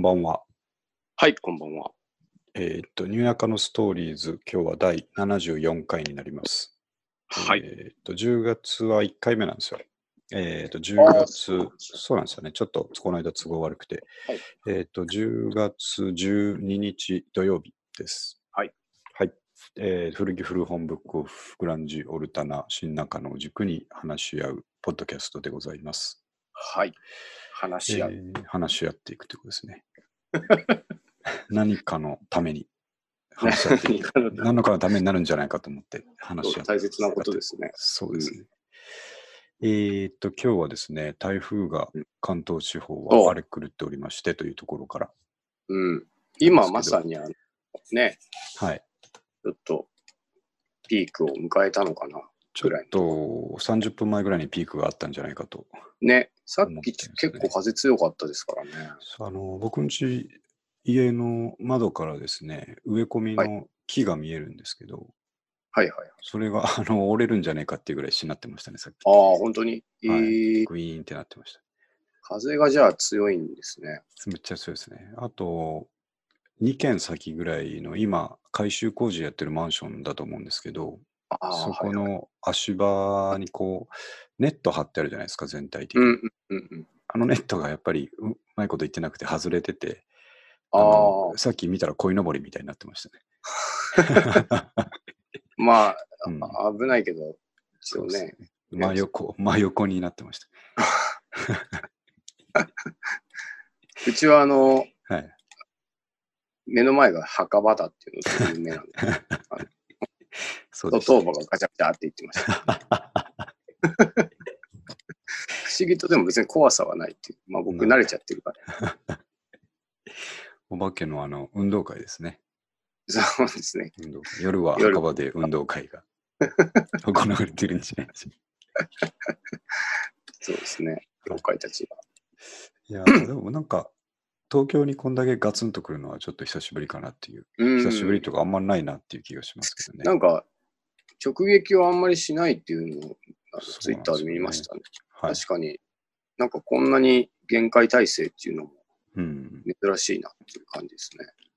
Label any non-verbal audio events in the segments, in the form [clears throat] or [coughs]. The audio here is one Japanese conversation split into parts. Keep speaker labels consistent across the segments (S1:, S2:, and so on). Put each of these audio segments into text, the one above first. S1: ばんは。
S2: はい、こんばんは。
S1: えーっと、ニューアカのストーリーズ、今日は第74回になります。
S2: はい。
S1: えーっと、10月は1回目なんですよ。えーっと、10
S2: あーそうな
S1: 月
S2: んで、すね
S1: そうなんですよね。ちょっとこの間都合悪くて。
S2: はい
S1: えーっと、10月12日土曜日です。
S2: はい。
S1: はい。えー古着古本ブックオフ、グランジオルタナ、新中野を軸に話し合うポッドキャストでございます。
S2: はい。話し合う。
S1: えー話し合っていくということですね。何かのために話し合っていく。何かのためになるんじゃないかと思って話し合って。
S2: 大切なことですね。
S1: そうですね。えーっと、今日はですね、台風が関東地方
S2: うん
S1: は荒れ狂っておりましてというところから、
S2: [laughs] うん。今まさにあの、ね、
S1: はい。
S2: ちょっと、ピークを迎えたのかな。
S1: ちょ
S2: ぐ
S1: っ
S2: らい
S1: と30分前ぐらいにピークがあったんじゃないかと。
S2: ね、さっ
S1: 思って
S2: き
S1: ますね
S2: 結構風強かったですからね。
S1: あの僕んち家の窓からですね、植え込み
S2: はい
S1: の木が見えるんですけど、
S2: はいはい。
S1: それがあの折れるんじゃねえかっていうぐらいしなってましたね、さっき。
S2: ああ、本当に。え
S1: は
S2: ー
S1: グイーンってなってました。
S2: 風がじゃあ強いんですね。
S1: めっちゃ強いですね。あと、2軒先ぐらいの今、改修工事やってるマンションだと思うんですけど、
S2: ああ、
S1: そこ
S2: はいはい。
S1: の足場にこう、ネット張ってあるじゃないですか、全体的
S2: う
S1: に。
S2: んうんうんうん。
S1: あのネットがやっぱりううまいこと言ってなくて外れてて、
S2: あ
S1: の
S2: あ、
S1: さっき見たら鯉のぼりみたいになってましたね。
S2: まあ、
S1: うん
S2: あ危ないけど、一応
S1: そう
S2: ね
S1: で。す真横、真横になってまし
S2: うちはあの、
S1: た。はい。
S2: 目の前が墓場だっていうのが有名なんで、
S1: そう
S2: と
S1: ですね
S2: 頭部がガチャガチャって言ってました。
S1: [laughs]
S2: 不思議とでも別に怖さはないっていう。まあ僕
S1: うん
S2: 慣れちゃってるから。
S1: お化けのあの運動会ですね。
S2: そうですね。
S1: 運動会夜は
S2: 夜
S1: 墓場で運動 [laughs] 会が行われてるんじゃないでしょうか
S2: そうですね。妖怪たちが。
S1: いやー、でもなんか東京にこんだけガツンと来るのはちょっと久しぶりかなっていう、
S2: うん
S1: 久しぶりとかあんまないなっていう気がしますけど
S2: な
S1: ね。
S2: んか、直撃をあんまりしないっていうのをあの
S1: そ
S2: ツ
S1: う
S2: イ
S1: なん
S2: ッ
S1: ですよ
S2: タ
S1: ね
S2: ーで見ましたね。
S1: はい。
S2: 確かに、なんかこんなに限界体制っていうのも
S1: うん。
S2: 珍しいなっていう感じです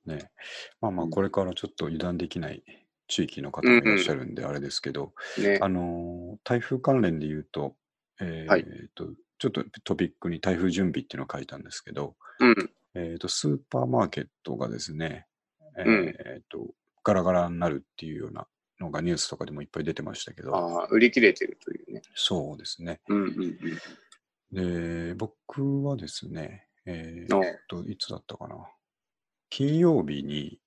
S2: ね。
S1: ね。まあまあ、
S2: うん
S1: これからちょっと油断できない地域の方もいらっしゃるんで、あれですけど、
S2: ね。
S1: あのー台風関連で言うと、えー
S2: はい
S1: と、ちょっとトピックに台風準備っていうのを書いたんですけど、
S2: うん。
S1: えー、とスーパーマーケットがですね、え
S2: ん
S1: ーとガラガラになるっていうようなのがニュースとかでもいっぱい出てましたけど、
S2: ああ、売り切れてるというね。
S1: そうですね。
S2: うんうんうん。
S1: で、僕はですね、えー
S2: の
S1: っと、いつだったかな。金曜日に、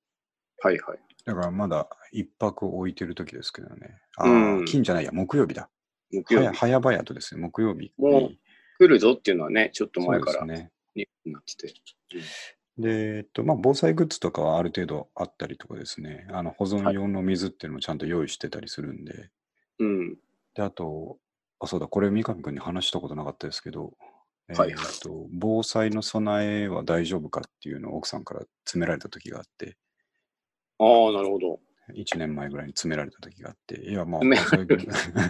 S2: はいはい。
S1: だからまだ一泊置いてる時ですけどね。あ
S2: う
S1: ー、
S2: ん
S1: 金じゃないや、木曜日だ。
S2: 木曜
S1: 早
S2: 日
S1: 早々とですね、木曜日
S2: もう
S1: に。
S2: 来るぞっていうのはね、ちょっと
S1: そ
S2: 前
S1: うで
S2: か
S1: す
S2: ら
S1: ね。
S2: ニュースになってて。
S1: で、えっと、まあ、防災グッズとかはある程度あったりとかですね、あの保存
S2: はい
S1: 用の水っていうのもちゃんと用意してたりするんで、
S2: うん。
S1: で、あと、あ、そうだ、これ三上君に話したことなかったですけど、え
S2: はい
S1: ーっと、防災の備えは大丈夫かっていうのを奥さんから詰められた時があって、
S2: ああ、なるほど。
S1: 1年前ぐらいに詰められた時があって、いや、まあ、防
S2: 詰
S1: 災
S2: め
S1: グッ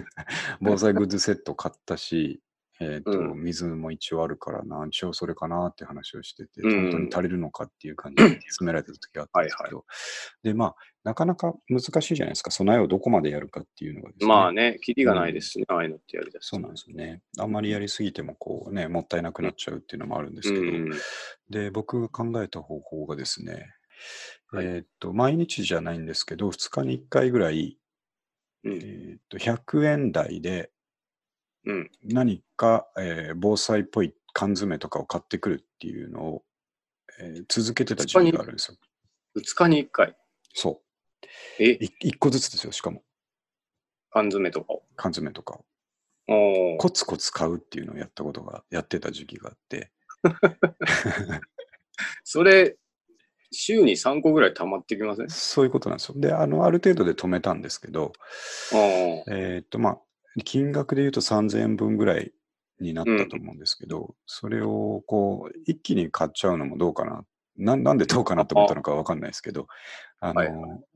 S1: ズ [laughs] 防災グッズセット買ったし、えーっと、
S2: う
S1: 水も一応あるからな、一応それかなって話をしてて、
S2: うん
S1: 本当に足りるのかっていう感
S2: [clears throat]
S1: じで詰められた時があったんですけど、で、まあ、なかなか難しいじゃないですか、備えをどこまでやるかっていうのがですね。
S2: まあね、キリがないですね、ああいうのってやりだすと
S1: そうなんですよね。あんまりやりすぎても、こうね、もったいなくなっちゃうっていうのもあるんです
S2: う
S1: けど、
S2: ん。
S1: で、僕が考えた方法がですね、
S2: はい
S1: えーっと、毎日じゃないんですけど、2日に1回ぐらい、
S2: うん
S1: えーっと、100円台で
S2: うん。
S1: 何か、えー防災っぽい缶詰とかを買ってくるっていうのを、えー続けてた時期があるんですよ。
S2: 2日に1回。
S1: そ
S2: え
S1: う。、1個ずつですよ、しかも。
S2: 缶詰とかを。
S1: 缶詰とかを。
S2: おー
S1: コツコツ買うっていうのをやったことが、やってた時期があって、
S2: それ、週に3個ぐらい溜まってきません
S1: そういうことなんですよ。で、あの、ある程度で止めたんですけど、
S2: あ
S1: えーっと、まあ、金額で言うと3000円分ぐらいになったと思うんですけど、それをこう、一気に買っちゃうのもどうかな。ななんでどうかなと思ったのかわかんないですけど、あの、
S2: はい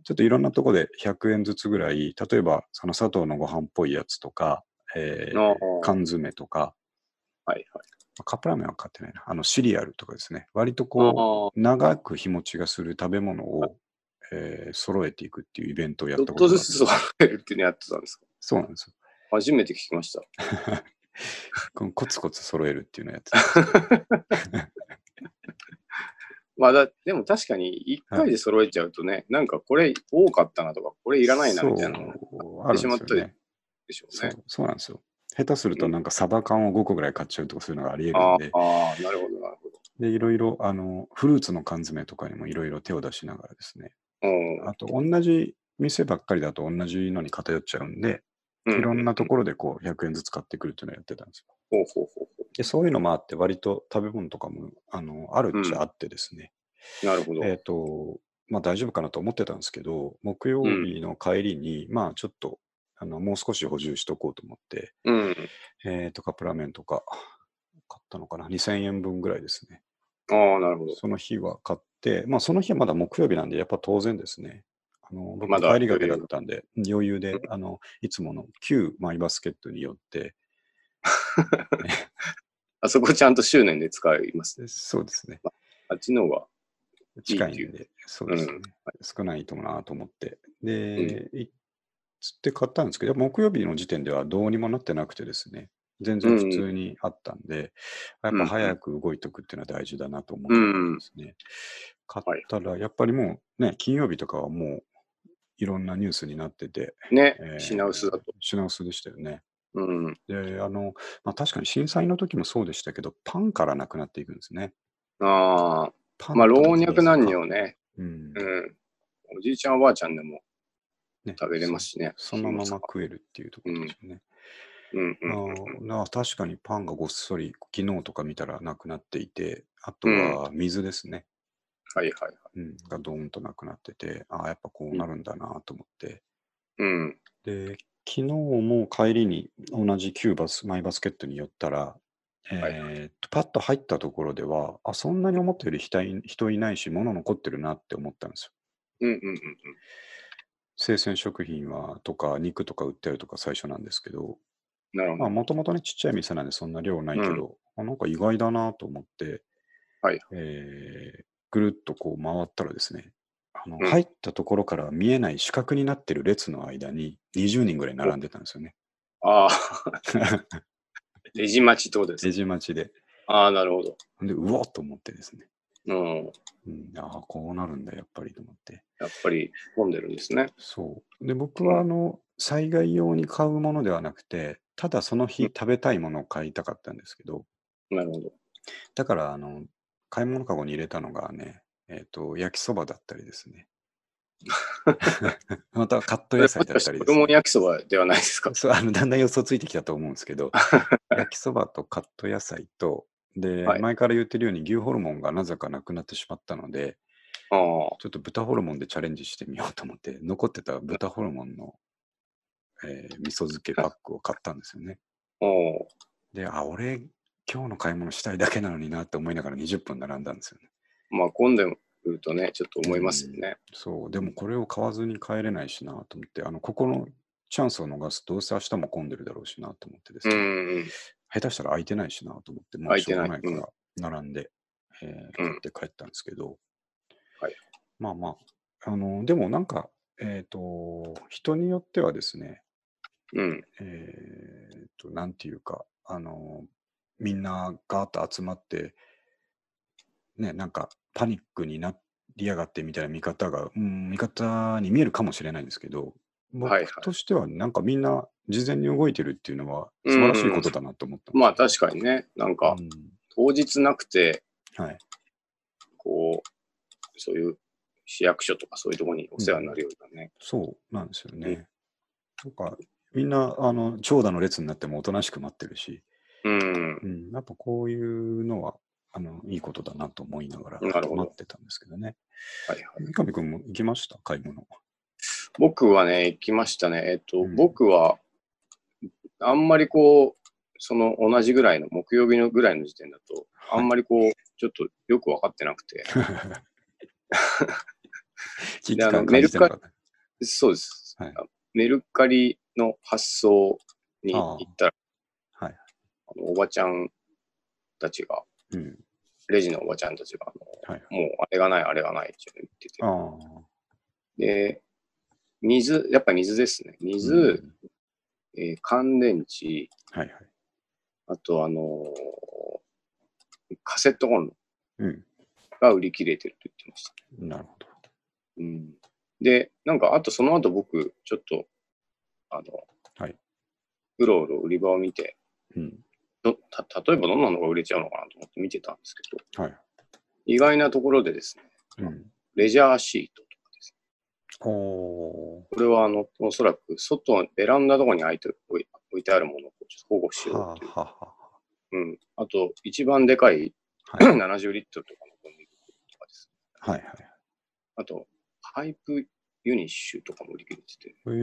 S1: ちょっといろんなとこで100円ずつぐらい、例えば、その佐藤のご飯っぽいやつとか、え
S2: あ。
S1: ー
S2: ああ。
S1: 缶詰とか、
S2: はいはい。
S1: カップラーメンは買ってないな。あの、シリアルとかですね。割とこ
S2: ああ、
S1: う、長く日持ちがする食べ物を、えー揃えていくっていうイベントをやっ
S2: ちょった
S1: ことがあ
S2: と
S1: る
S2: ずつ揃えるっていうのやってたんですか
S1: そうなんですよ
S2: 初めて聞きました。
S1: この。コツコツ揃えるっていうのをやって
S2: [laughs]
S1: た。
S2: まあだ、でも確かに1回で揃えちゃうとね、なんかこれ多かったなとか、これいらないなみたいなの
S1: そうあるんですよ
S2: やってしまった
S1: ね。
S2: でしょう
S1: そ
S2: ね
S1: う。そうなんですよ。下手するとなんかサバ缶を5個ぐらい買っちゃうとかそういうのがあり得
S2: あ
S1: る
S2: あ
S1: んで、
S2: ああ、なるほど、なるほど。
S1: で、いろいろ、あの、フルーツの缶詰とかにもいろいろ手を出しながらですね。
S2: うん
S1: あと、同じ店ばっかりだと同じのに偏っちゃうんで、いろんなところでこう、100円ずつ買ってくるっていうのをやってたんですよ。
S2: ほうほうほうほ
S1: で、そういうのもあって、割と食べ物とかも、あの、あるっちゃあってですね。
S2: う。なるほど。
S1: えっ、と、まあ大丈夫かなと思ってたんですけど、木曜日の帰りに、まあちょっと、あの、もう少し補充しとこうと思って、
S2: うん。
S1: えっ、と、カップラーメンとか買ったのかな、2000円分ぐらいですね。
S2: ああ、なるほど。
S1: その日は買って、まあその日はまだ木曜日なんで、やっぱ当然ですね。あの僕
S2: まだ
S1: 帰りがけだったんで、余裕で、あの、いつもの旧マイバスケットによって、
S2: あそこちゃんと執念で使いますね。
S1: でそうですね、
S2: あっちの方が。
S1: 近い
S2: いい
S1: ん
S2: って
S1: で、そうですね、
S2: うん
S1: 少ないともなと思って。で、いつって買ったんですけど、木曜日の時点ではどうにもなってなくてですね、全然普通にあったんで、
S2: ん
S1: やっぱ早く動いとくっていうのは大事だなと思っ
S2: う
S1: て
S2: ん
S1: で。すね。買ったら、やっぱりもうね、金曜日とかはもういろんなニュースになってて、
S2: ね
S1: え、ー
S2: 品薄だと。。
S1: 品薄でしたよね。
S2: うん。
S1: で、あの、まあ、確かに震災の時もそうでしたけど、パンからなくなっていくんですね。
S2: あ
S1: パ
S2: あ、
S1: ン
S2: まあ、
S1: と
S2: 老
S1: 水か
S2: 若男女ね。
S1: うん
S2: う。ん。おじいちゃん、おばあちゃんでも
S1: ね
S2: 食べれますしね。
S1: そそのまま食えるっていうところですよね。
S2: うんうんうん。
S1: あーな確かにパンがごっそり、昨日とか見たらなくなっていて、あとは水ですね。
S2: はいはいはい。
S1: うん、がどーんとなくなってて、ああ、やっぱこうなるんだなと思って、
S2: うん。
S1: で、昨日も帰りに同じ旧バス、マイバスケットに寄ったら、え
S2: はい
S1: ーっとパッと入ったところでは、あ、そんなに思ったより人い人いないし、物残ってるなって思ったんですよ。
S2: うんうんうんうん。
S1: 生鮮食品はとか肉とか売ってあるとか最初なんですけど、
S2: なるほ
S1: ま
S2: ど
S1: あ。もともとね、ちっちゃい店なんでそんな量ないけど、あなんか意外だなと思って、
S2: はい
S1: えーぐるっとこう回ったらですね、あの
S2: うん
S1: 入ったところから見えない四角になってる列の間に20人ぐらい並んでたんですよ
S2: [laughs]
S1: ね。
S2: ああ、 [laughs] レジ待ち等です
S1: レ
S2: ね。
S1: ジ待ちで。
S2: ああ、なるほど。
S1: で、うわっと思ってですね。
S2: うん。
S1: うん、ああ、こうなるんだ、やっぱりと思って。
S2: やっぱり混んでるんですね。
S1: そう。で、僕は、あの、災害用に買うものではなくて、ただその日
S2: うん
S1: 食べたいものを買いたかったんですけど、
S2: なるほど。
S1: だから、あの、買い物かごに入れたのがね、えっ、と、焼きそばだったりですね。 [laughs] また、カット野菜だったり
S2: 子
S1: です、
S2: 供
S1: ね。
S2: 焼きそばではないですか。
S1: そうあのだんだん予想ついてきたと思うんですけ
S2: [laughs]
S1: ど、焼きそばとカット野菜と、で、
S2: はい
S1: 前から言ってるように牛ホルモンがなぜかなくなってしまったので、
S2: ああ、
S1: ちょっと豚ホルモンでチャレンジしてみようと思って、残ってた豚ホルモンの、えー味噌漬けパックを買ったんですよね。
S2: おう
S1: で、あ、俺、今日の買い物したいだけなのになって思いながら20分並んだんですよね。
S2: まあ混んでるとね、ちょっと思いますよね。
S1: そう、でもこれを買わずに帰れないしなと思って、あの、ここのチャンスを逃すと、どうせ明日も混んでるだろうしなと思ってです
S2: うん
S1: ね、
S2: うん。
S1: 下手したら空いてないしなと思って、も
S2: 空
S1: う
S2: い
S1: しょ
S2: て
S1: う
S2: ない
S1: がないから並んで、えー
S2: うん
S1: 買って帰ったんですけど、
S2: はい
S1: まあまあ、あの、でもなんか、えっ、と、人によってはですね、
S2: うん。
S1: えーっと、なんていうか、あの、みんなガーッと集まって、ね、なんかパニックになりやがってみたいな見方が、うん、見方に見えるかもしれないんですけど、僕
S2: はいはい
S1: としては、なんかみんな事前に動いてるっていうのは素晴らしいことだなと思った、
S2: まあ確かにね、なんか
S1: うん
S2: 当日なくて、
S1: はい。
S2: こう、そういう市役所とかそういうところにお世話になるようなね。
S1: そうなんですよね。なんか、みんな、あの、長蛇の列になってもおとなしく待ってるし、
S2: うん。
S1: うん、やっぱこういうのは、あの、いいことだなと思いながら
S2: なるほど
S1: 待ってたんですけどね。
S2: はいはい。
S1: 三上君も行きました買い物。
S2: 僕はね、行きましたね。えっと、
S1: うん
S2: 僕は、あんまりこう、その同じぐらいの、木曜日のぐらいの時点だと、
S1: [laughs]
S2: あんまりこう、ちょっとよく分かってなくて、
S1: 危機
S2: であの
S1: 感感じてなかった。
S2: そうです。
S1: はい
S2: メルカリの発送に行ったら、
S1: はい。
S2: あのおばちゃんたちが、
S1: うん。
S2: レジのおばちゃんたちが、あの
S1: はい
S2: もうあれがない、あれがないって言ってて
S1: あ。あ。
S2: で、水、やっぱ水ですね。水、
S1: うん
S2: えー乾電池、
S1: はいはい。
S2: あとあのーカセットコンロ
S1: うん。
S2: が売り切れてると言ってました。
S1: なるほど。
S2: うん、で、なんかあとその後僕、ちょっと、あの、
S1: はい、
S2: うろうろ売り場を見て、
S1: うん。
S2: どた例えばどんなのが売れちゃうのかなと思って見てたんですけど、
S1: はい。
S2: 意外なところでですね、
S1: うん。
S2: レジャーシートとかです
S1: おお
S2: ね。これはあの、おそらく外、ベランダとかに置いて置い置いてあるものをちょっと保護し
S1: ー。
S2: よ
S1: は
S2: うという。
S1: あはあは
S2: うん。あと、一番でかい
S1: あ。
S2: [coughs]
S1: はい。
S2: 70リットルとかのコンビニとかです。
S1: はい
S2: あと、パイプユニッシュとかも売り切れてて、
S1: はい。へ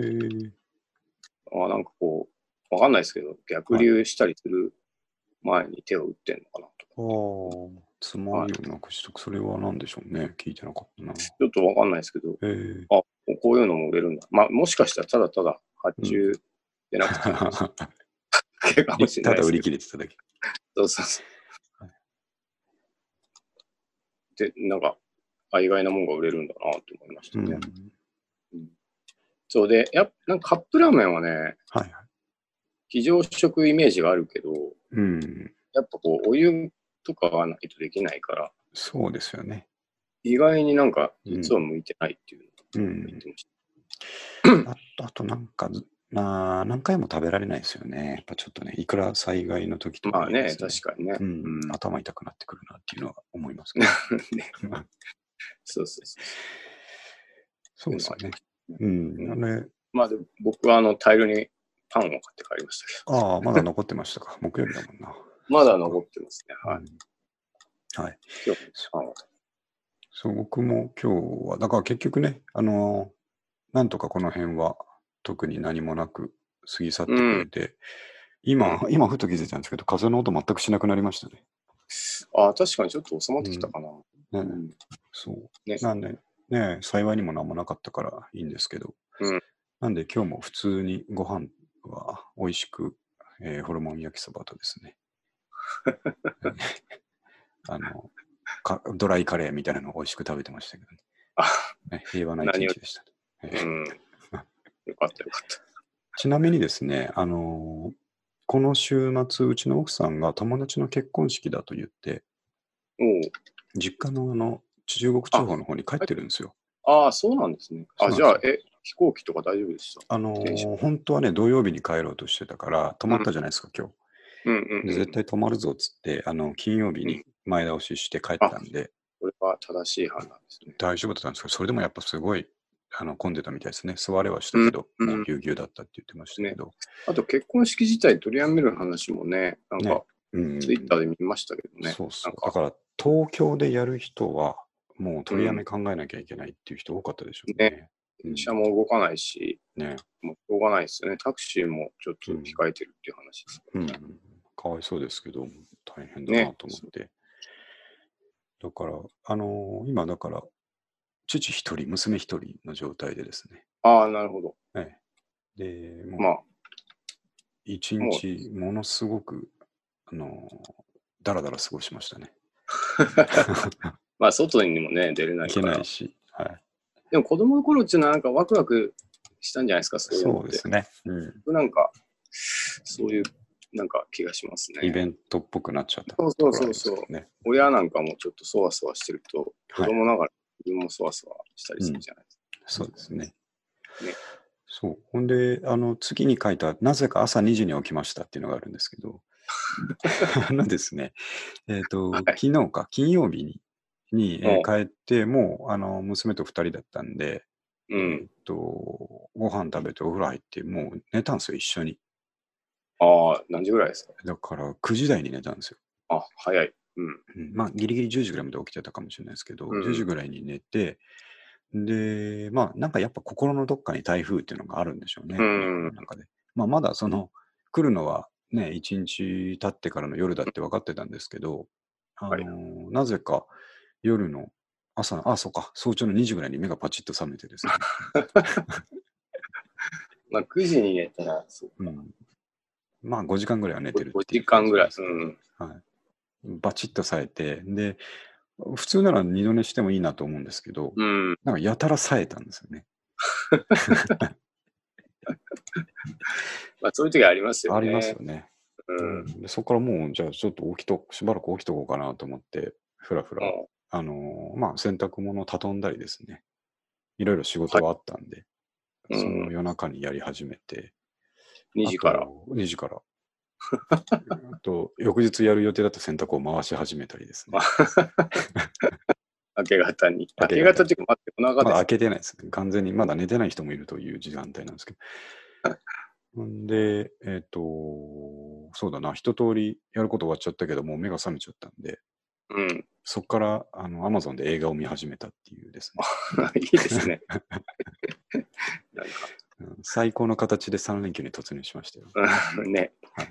S1: え。
S2: あなんかこう、わかんないですけど、逆流したりする前に手を打ってんのかなとか、
S1: ああ。つまみをなくしとく。それは何でしょうね。聞いてなかったな。
S2: ちょっとわかんないですけど、
S1: へえ。
S2: こういうのも売れるんだ。まあ、もしかしたらただただ発注でなくて、
S1: [laughs]
S2: 結果かもしれな
S1: た
S2: いで
S1: だ
S2: す
S1: 売り
S2: けど。
S1: 切れてただけ。
S2: そうそうそう
S1: は。
S2: で、なんか、あ意外なもんが売れるんだなと思いました
S1: う
S2: ね。
S1: ん。はい
S2: そうで、やっぱなんかカップラーメンはね、
S1: はい。
S2: 非常食イメージがあるけど、
S1: うん。
S2: やっぱこう、お湯とかがないとできないから、
S1: そうですよね。
S2: 意外になんか、実は向いてないっていう
S1: う
S2: のを言
S1: ん
S2: っ。てました。
S1: ああとなんかず、なあ何回も食べられないですよね。やっぱちょっとね、いくら災害の時とか
S2: まあ
S1: で
S2: ね、
S1: す
S2: 確かにね。
S1: うん、頭痛くなってくるなっていうのは思いますけど。
S2: [laughs] そうそうそう。
S1: そうですよね。う。
S2: [laughs] うん
S1: あれ、
S2: まあ、で僕はあの大量にパンを買って帰りましたけ
S1: ああ、まだ残ってましたか。 [laughs] 木曜日だもんな。
S2: ど、まだ残ってますね。はい。
S1: い。はい。
S2: 今日もパンを。
S1: そう、僕も今日は、だから結局ね、あのーなんとかこの辺は特に何もなく過ぎ去ってくれて、今、今ふと気づいたんですけど、風の音全くしなくなりましたね。
S2: ああ、確かにちょっと収まってきたかな。
S1: ね
S2: うん。
S1: そう。
S2: ね。
S1: なんで、ね、幸いにも何もなかったからいいんですけど、
S2: うん
S1: なんで今日も普通にご飯は美味しく、えーホルモン焼きそばとです
S2: [laughs]
S1: ね、あのか、ドライカレーみたいなのを美味しく食べてましたけどね、
S2: あ、
S1: ね平和な一日でした、え
S2: う
S1: ー [laughs]
S2: ん。よかったよかった。
S1: ちなみにですね、あのーこの週末、うちの奥さんが友達の結婚式だと言って、
S2: お
S1: 実家のあの中国地方の方に帰ってるんですよ。
S2: お。ああ、そうなんですね。あ、じ
S1: そう
S2: ゃ
S1: な
S2: あ
S1: ん、
S2: え、飛行機とか大丈夫でした
S1: あのー
S2: 電車
S1: 本当はね、土曜日に帰ろうとしてたから、泊まったじゃないですか、今
S2: うんうん
S1: 日。
S2: う
S1: で
S2: ん。
S1: 絶対泊まるぞっつって、あの、金曜日
S2: う
S1: に前倒しして帰ったんで、
S2: これは正しい判断ですね。
S1: 大丈夫だったんですけど、それでもやっぱすごい、あの、混んでたみたいですね。座れはしたけど、
S2: うんうん
S1: もうぎゅうぎゅうだったって言ってましたけど。
S2: あと結婚式自体取り上げる話もね、なんか
S1: ねうん。
S2: ツイッターで見ましたけどね。
S1: そうそ
S2: な
S1: う。
S2: んか
S1: だから、東京でやる人は、もう取りやめ考えなきゃいけないっていう人多かったでしょうね。うん
S2: 電車も動かないし、
S1: ね。
S2: もうしょうがないですよね。タクシーもちょっと控えてるっていう話です
S1: う
S2: よ
S1: ん
S2: ね。、
S1: かわいそうですけど、大変だなと思って。だから、あのー今、だから、父一人、娘一人の状態でですね。
S2: ああ、なるほど。
S1: ええで、
S2: ま
S1: もう
S2: あ、
S1: 一日、ものすごく、あのー、だらだら過ごしましたね。
S2: まあ、外にもね、出れない
S1: いけ
S2: から。
S1: ないし、はい、
S2: でも子供の頃っていうのはなんかワクワクしたんじゃないですか、そういうの
S1: そ
S2: っ
S1: う
S2: て。
S1: ですね、うん。
S2: 僕なんか、そういう、なんか気がします
S1: イ
S2: ね。
S1: ベントっぽくなっちゃった
S2: そうそうそうそう
S1: ところありますけどね。
S2: 親なんかもちょっとそわそわしてると、
S1: は
S2: 子
S1: い
S2: 供ながら自分もそわそわしたりするじゃないです
S1: そうですね。
S2: ね
S1: そう。ほんで、あの、次に書いた、なぜか朝2時に起きましたっていうのがあるんですけ
S2: [laughs]
S1: ど、あのですね、えっ、と、
S2: はい
S1: 昨日か、金曜日に、に、えー
S2: うん
S1: 帰って、もう、あの、娘と2人だったんで、
S2: か。う
S1: えっ
S2: ん。
S1: と、ご飯食べてお風呂入って、もう寝たんですよ、一緒に。
S2: ああ、何時ぐらいですか
S1: だから、9時台に寝たんですよ。
S2: あ、早い。うん。
S1: うんまあ、ギリギリ10時ぐらいまで起きてたかもしれないですけど、
S2: うん
S1: 10時ぐらいに寝て、で、まあ、なんかやっぱ心のどっかに台風っていうのがあるんでしょうね。
S2: うん
S1: なんかで。まあ、まだその、来るのはね、1日経ってからの夜だって分かってたんですけど、あの
S2: はい
S1: なぜか夜の朝、あ、そうか、早朝の2時ぐらいに目がパチッと覚めてですね。
S2: まあ、9時に寝たら、そう
S1: うん、まあ、5時間ぐらいは寝てるっていう
S2: 5時間ぐらい。うん。
S1: はい。バチッと冴えて、で、普通なら二度寝してもいいなと思うんですけど、
S2: うん。
S1: なんかやたら冴えたんですよね。
S2: まあ、そういう時ありますよね。
S1: ありますよね。
S2: うん。
S1: でそこからもう、じゃあちょっと起きと、しばらく起きとこうかなと思って、ふらふら、
S2: も
S1: あのーまあ、洗濯物を畳んだりですね。いろいろ仕事があったんで、
S2: はい
S1: そ
S2: うん
S1: の夜中にやり始めて。
S2: う2時から
S1: あ。と。2時から。 [laughs] あと、翌日やる予定だった洗濯を回し始めたりですね。
S2: [laughs] 明け方に。明
S1: 明け方
S2: け方っていうか、待って、お
S1: ま
S2: 腹
S1: だ
S2: で
S1: 開けてないですね。完全にまだ寝てない人もいるという時間帯なんですけど。んで、えっ、と、そうだな、一通りやること終わっちゃったけど、もう目が覚めちゃったんで、
S2: うん。 [laughs]
S1: そこからあの Amazon で映画を見始めたっていうですね。
S2: いいで
S1: [laughs]
S2: すね。なんか
S1: うん最高の形で3連休に突入しましたよ。
S2: うんね
S1: は。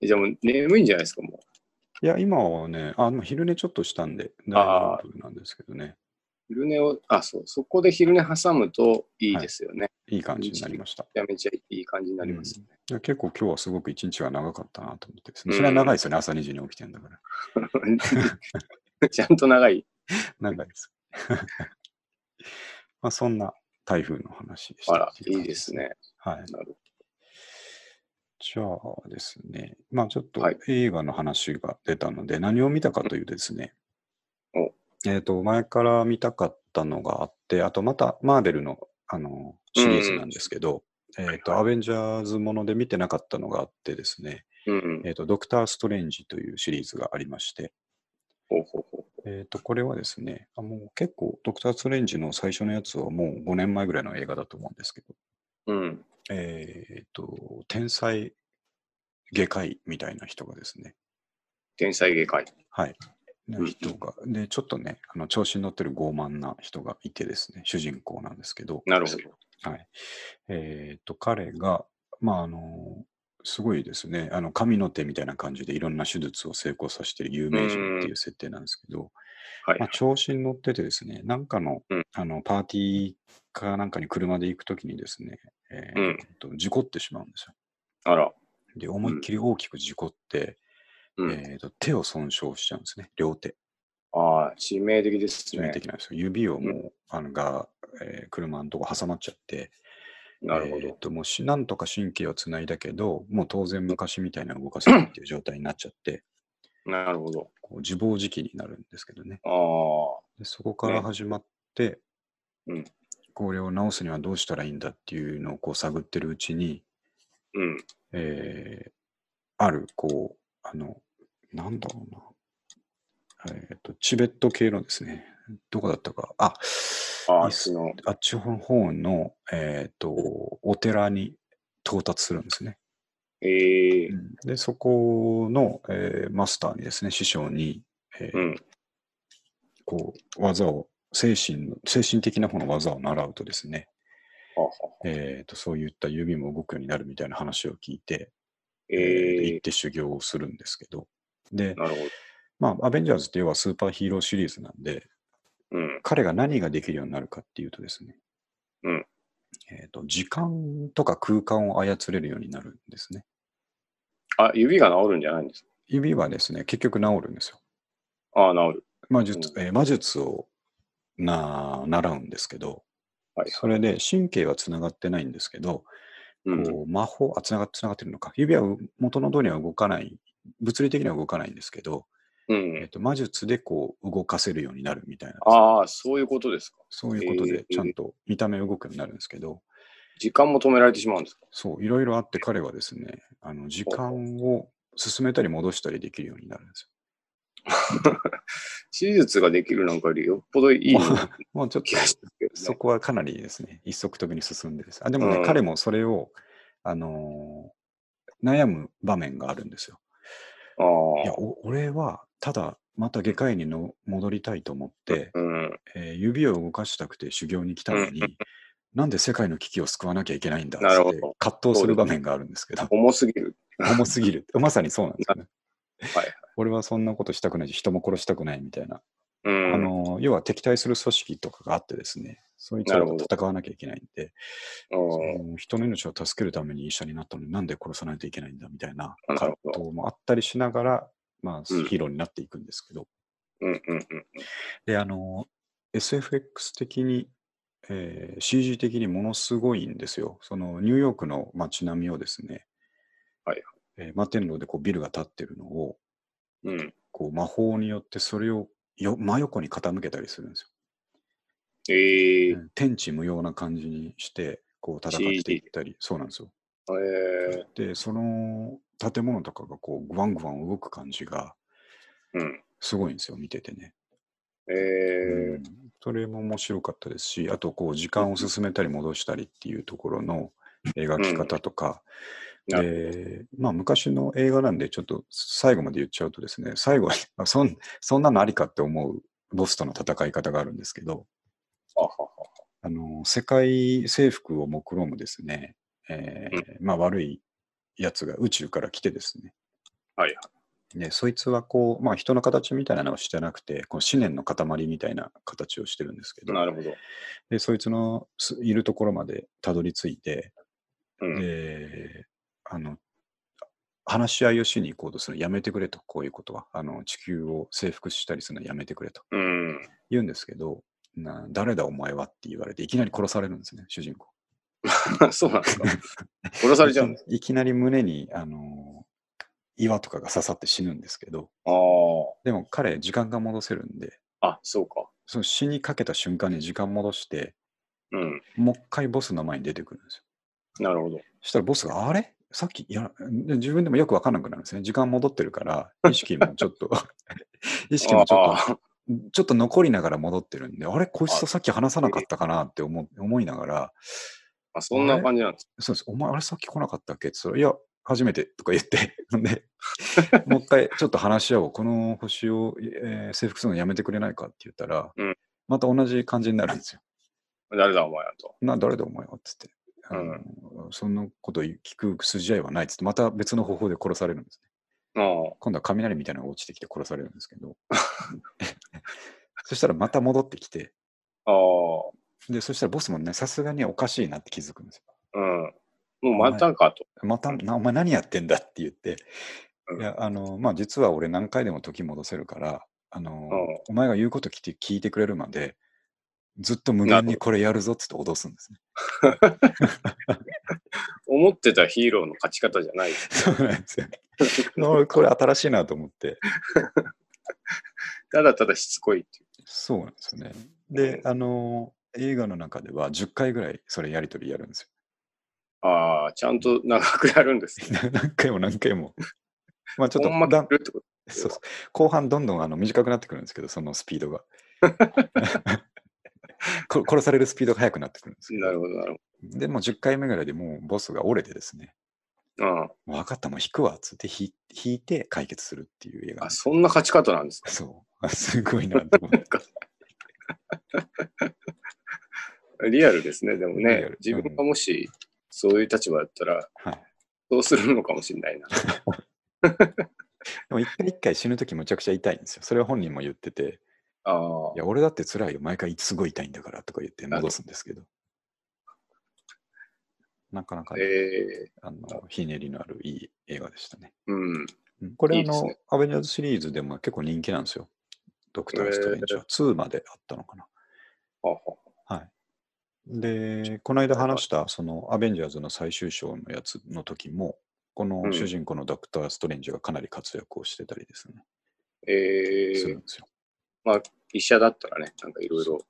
S2: じゃあもう眠いんじゃないですか、もう。
S1: いや、今はね、あまあ昼寝ちょっとしたんで、
S2: あ
S1: 大
S2: ー
S1: 丈夫なんですけどね、
S2: 昼寝を、あ、そう、そこで昼寝挟むといいですよね。
S1: いい感じになりました。
S2: めちゃめちゃいい感じになりますよね。
S1: いや結構今日はすごく一日が長かったなと思ってですね。それは長いですよね、朝2時に起きてるんだから。
S2: [laughs] ちゃんと長い。
S1: 長いです。 [laughs] まあそんな台風の話でした。[laughs]
S2: あら、いいです。ね。
S1: はい。
S2: なる
S1: じゃあですね、まあちょっと
S2: はい
S1: 映画の話が出たので、何を見たかというとですね
S2: うんお、
S1: えっ、と、前から見たかったのがあって、あとまたマーベルのあのシリーズなんですけど、えっ、と、アベンジャーズもので見てなかったのがあってですね、
S2: うん。
S1: えっ、と、ドクター・ストレンジというシリーズがありまして、
S2: ほうほうほう。
S1: えっ、と、これはですね、あもう結構、ドクター・ストレンジの最初のやつはもう5年前ぐらいの映画だと思うんですけど、
S2: うん。
S1: えっ、と、天才外科医みたいな人がですね、
S2: 天才外科医。
S1: はい、
S2: うん
S1: 人が、で、ちょっとね、あの調子に乗ってる傲慢な人がいてですね、主人公なんですけど、
S2: なるほど。
S1: はい。えっ、と、彼が、まあ、あの、すごいですね、あの、神の手みたいな感じでいろんな手術を成功させてる有名人っていう設定なんですけど、
S2: はい
S1: まあ、。調子に乗っててですね、なんかの,、
S2: うん
S1: あのパーティーかなんかに車で行くときにですね、えー
S2: うん
S1: と、事故ってしまうんですよ。
S2: あら。
S1: で、思いっきり大きく事故って、
S2: うん。
S1: えーと、手を損傷しちゃうんですね、両手。
S2: ああ、致命的です
S1: 致命
S2: ね。
S1: 的なんですよ。指をもう、
S2: う
S1: あのが、えー車のとこ挟まっちゃって、
S2: なるほ
S1: えー
S2: ど。
S1: ともうしなんとか神経をつないだけど、もう当然昔みたいな動かせないっていう状態になっちゃって、
S2: なるほど。
S1: こう自暴自棄になるんですけどね。
S2: あ
S1: でそこから
S2: ね
S1: 始まって、
S2: うん
S1: これを直すにはどうしたらいいんだっていうのをこう探ってるうちに、
S2: あ。うん。
S1: えーあるこうあのなんだろうな、えーとチベット系のですねどこだったかあ
S2: ああ、
S1: イス
S2: 私の。
S1: あっちの方の、えー、とお寺に到達するんですね。
S2: ええ
S1: うんでそこの、えーマスターにですね師匠に、えー
S2: うん。
S1: こう技を精神の精神的な方の技を習うとですね、
S2: はは
S1: えー、とそういった指も動くようになるみたいな話を聞いて、えー
S2: え
S1: 行っ
S2: え
S1: て修行をするんですけどで、
S2: なるほど。
S1: まあ、アベンジャーズって要はスーパーヒーローシリーズなんで
S2: うん。
S1: 彼が何ができるようになるかっていうとですね、
S2: うん
S1: えー、と時間とか空間を操れるようになるんですね
S2: あ、指が治るんじゃないんです
S1: 指はですね結局治るんですよ
S2: かああ、治る。
S1: 魔術,、
S2: う
S1: えー魔術をな習うんですけど
S2: はい。
S1: それで神経はつながってないんですけど、
S2: うん。
S1: こう魔法、あ、つながつながってるのか。指はう元の通りには動かない、物理的には動かないんですけど、
S2: う
S1: えっ
S2: ん。
S1: と、魔術でこう動かせるようになるみたいな、
S2: ああ、そういうことですか。
S1: そういうことで
S2: えー
S1: ちゃんと見た目動くようになるんですけど、
S2: 時間も止められてしまうんですか
S1: そう、いろいろあって彼はですね、あの時間を進めたり戻したりできるようになるんです
S2: 手術ができるなんかよりよっぽどいい
S1: よ。 [laughs] もうちょっ
S2: 気
S1: と
S2: がしてるけど
S1: そ [laughs]
S2: ね。
S1: こはかなりですね、一足飛びに進んでです。あでもね、
S2: うん
S1: 彼もそれを、あのー悩む場面があるんですよ。いや、
S2: あ
S1: お俺は、ただ、また外科医にの戻りたいと思って、
S2: あ。うん。
S1: えー指を動かしたくて修行に来たのに、なんで世界の危機を救わなきゃいけないんだっ
S2: なる
S1: つ
S2: ほ
S1: っ
S2: ど
S1: て葛藤する場面があるんですけど、
S2: 重すぎる。
S1: 重すぎる。まさにそうなんですよね。
S2: はい
S1: 俺はそんなことしたくないし、人も殺したくないみたいな。
S2: うん。
S1: あの要は敵対する組織とかがあってですね、そういつ
S2: な
S1: ら
S2: るほ
S1: と
S2: ど
S1: 戦わなきゃいけないんで、そ
S2: うん
S1: の人の命を助けるために医者になったのになんで殺さないといけないんだみたいな
S2: なる
S1: 葛
S2: ほど
S1: 藤もあったりしながら、まあ、
S2: うん
S1: ヒーローになっていくんですけど、
S2: うんうんうん。
S1: で、あの、SFX 的に、えー CG 的にものすごいんですよ。そのニューヨークの街並みをですね、
S2: はい
S1: えー摩天楼でこうビルが建ってるのを、
S2: うん。
S1: こう魔法によってそれをよ真横に傾けたりするんです
S2: ええ
S1: よ。うん天地無用な感じにして、こう戦っていったり、そうなんですよ。
S2: ええ
S1: で、その建物とかがこう、グワングワン動く感じが
S2: うん。
S1: すごいんですよ、見ててね。
S2: え
S1: う
S2: え
S1: んそれも面白かったですし、あとこう時間を進めたり戻したりっていうところの描き方とか、
S2: うんな
S1: でまあ、昔の映画なんで、ちょっと最後まで言っちゃうとですね、最後にあそんそんなのありかって思うボスとの戦い方があるんですけど、
S2: ははは。
S1: あの世界征服を目論むですね、えーまあ、悪いやつが宇宙から来てですね、
S2: はい
S1: でそいつはこう、まあ、人の形みたいなのをしてなくて、こう思念の塊みたいな形をしてるんですけど、
S2: なるほど。
S1: で、そいつのすいるところまでたどり着いて、
S2: うん。
S1: で、あの、話し合いをしに行こうとするのやめてくれと、こういうことは。あの、地球を征服したりするのはやめてくれと
S2: うん。 [laughs]
S1: 言うんですけど、な誰だお前はって言われて、いきなり殺されるんですね、主人公。
S2: そうなんですか。殺されちゃう
S1: [laughs]
S2: んです。
S1: いきなり胸に、あの、岩とかが刺さって死ぬんですけど、
S2: ああ。
S1: でも彼、時間が戻せるんで、
S2: あ、そうか。
S1: その死にかけた瞬間に時間戻して、
S2: うん。
S1: もう一回ボスの前に出てくるんですよ
S2: なるほど。
S1: そしたらボスが、あれさっき、いや、で自分でもよくわかんなくなるんですね。時間戻ってるから、意識もちょっと、 [laughs] 意識もちょっ
S2: ああ。
S1: と、ちょっと残りながら戻ってるんで、あれこいつとさっき話さなかったかなって思思いながら、
S2: あそんな感じなんです。
S1: そうです、お前、あれさっき来なかったっけって言ったら、いや、初めてとか言って、 [laughs] ほん
S2: [laughs]
S1: で、もう一回ちょっと話し合おう。この星を、えー征服するのやめてくれないかって言ったら、
S2: うん
S1: また同じ感じになるんですよ。
S2: 誰だお前はと。
S1: な、誰だお前はっつって。あのそんなこと聞く筋合いはないっつって、また別の方法で殺されるんですね。
S2: あ
S1: 今度は雷みたいなのが落ちてきて殺されるんですけ
S2: [laughs]
S1: ど。そしたらまた戻ってきて、
S2: あ。ああ。
S1: で、そしたらボスもね、さすがにおかしいなって気づくんです
S2: うん。もうまたかと。
S1: よ。また、なお前何やってんだって言って、
S2: うん
S1: いや、あの、まあ、実は俺何回でも時戻せるから、あの、
S2: うん
S1: お前が言うこと聞いて聞いてくれるまで、ずっと無限にこれやるぞっつって脅すんですね。 [laughs]
S2: 思ってたヒーローの勝ち方じゃない。
S1: そうなんで
S2: [laughs]
S1: すよ。俺これ新しいなと思って。た
S2: ただただしつこいっていう。
S1: そうなんですよね。で、あのー映画の中では10回ぐらいそれやりとりやるんです
S2: ああ、ちゃんと長くやるんですね。
S1: よ。 [laughs] 何回も何回も。まあちょっと
S2: ほんま
S1: だ
S2: く
S1: ん
S2: るってこと。
S1: [laughs] そうそう後半どんどんあの短くなってくるんですけど、そのスピー
S2: [laughs]
S1: ドが。こ殺されるスピードが速くなってくるんですけど
S2: なるほど、なる
S1: でもう10回目ぐらいでもうボスが折れてですね、
S2: ほど。うん。
S1: もう分かった、もう引くわっつって引引いて解決するっていう映画
S2: あ、そんな勝ち方なんですか。
S1: そう。あ [laughs] すごいなと思って。 [laughs]
S2: リアルですね、でも
S1: リア
S2: ね
S1: ル。
S2: 自分がもし、そういう立場だったら、
S1: はい
S2: そうするのかもしれないな。
S1: でも一回一回死ぬときむちゃくちゃ痛いんですよ。それは本人も言ってて、
S2: あ
S1: いや、俺だって辛いよ。毎回すごい痛いんだからとか言って戻すんですけど。なかなか
S2: あ、
S1: ね、
S2: ええ
S1: あのひねりのあるいい映画でしたね。
S2: うん。
S1: うんこれ
S2: いいで
S1: あ
S2: す
S1: の
S2: ね
S1: アベンジャーズシリーズでも結構人気なんですよ。ドクター・ストレンジは2まであったのかな。
S2: あは
S1: はい。で、この間話した、そのアベンジャーズの最終章のやつの時も、こ
S2: う
S1: の
S2: ん
S1: 主人公のドクター・ストレンジがかなり活躍をしてたりですね。
S2: え
S1: す
S2: え
S1: るんですよ。
S2: 医者だったらね、なんかいろいろ、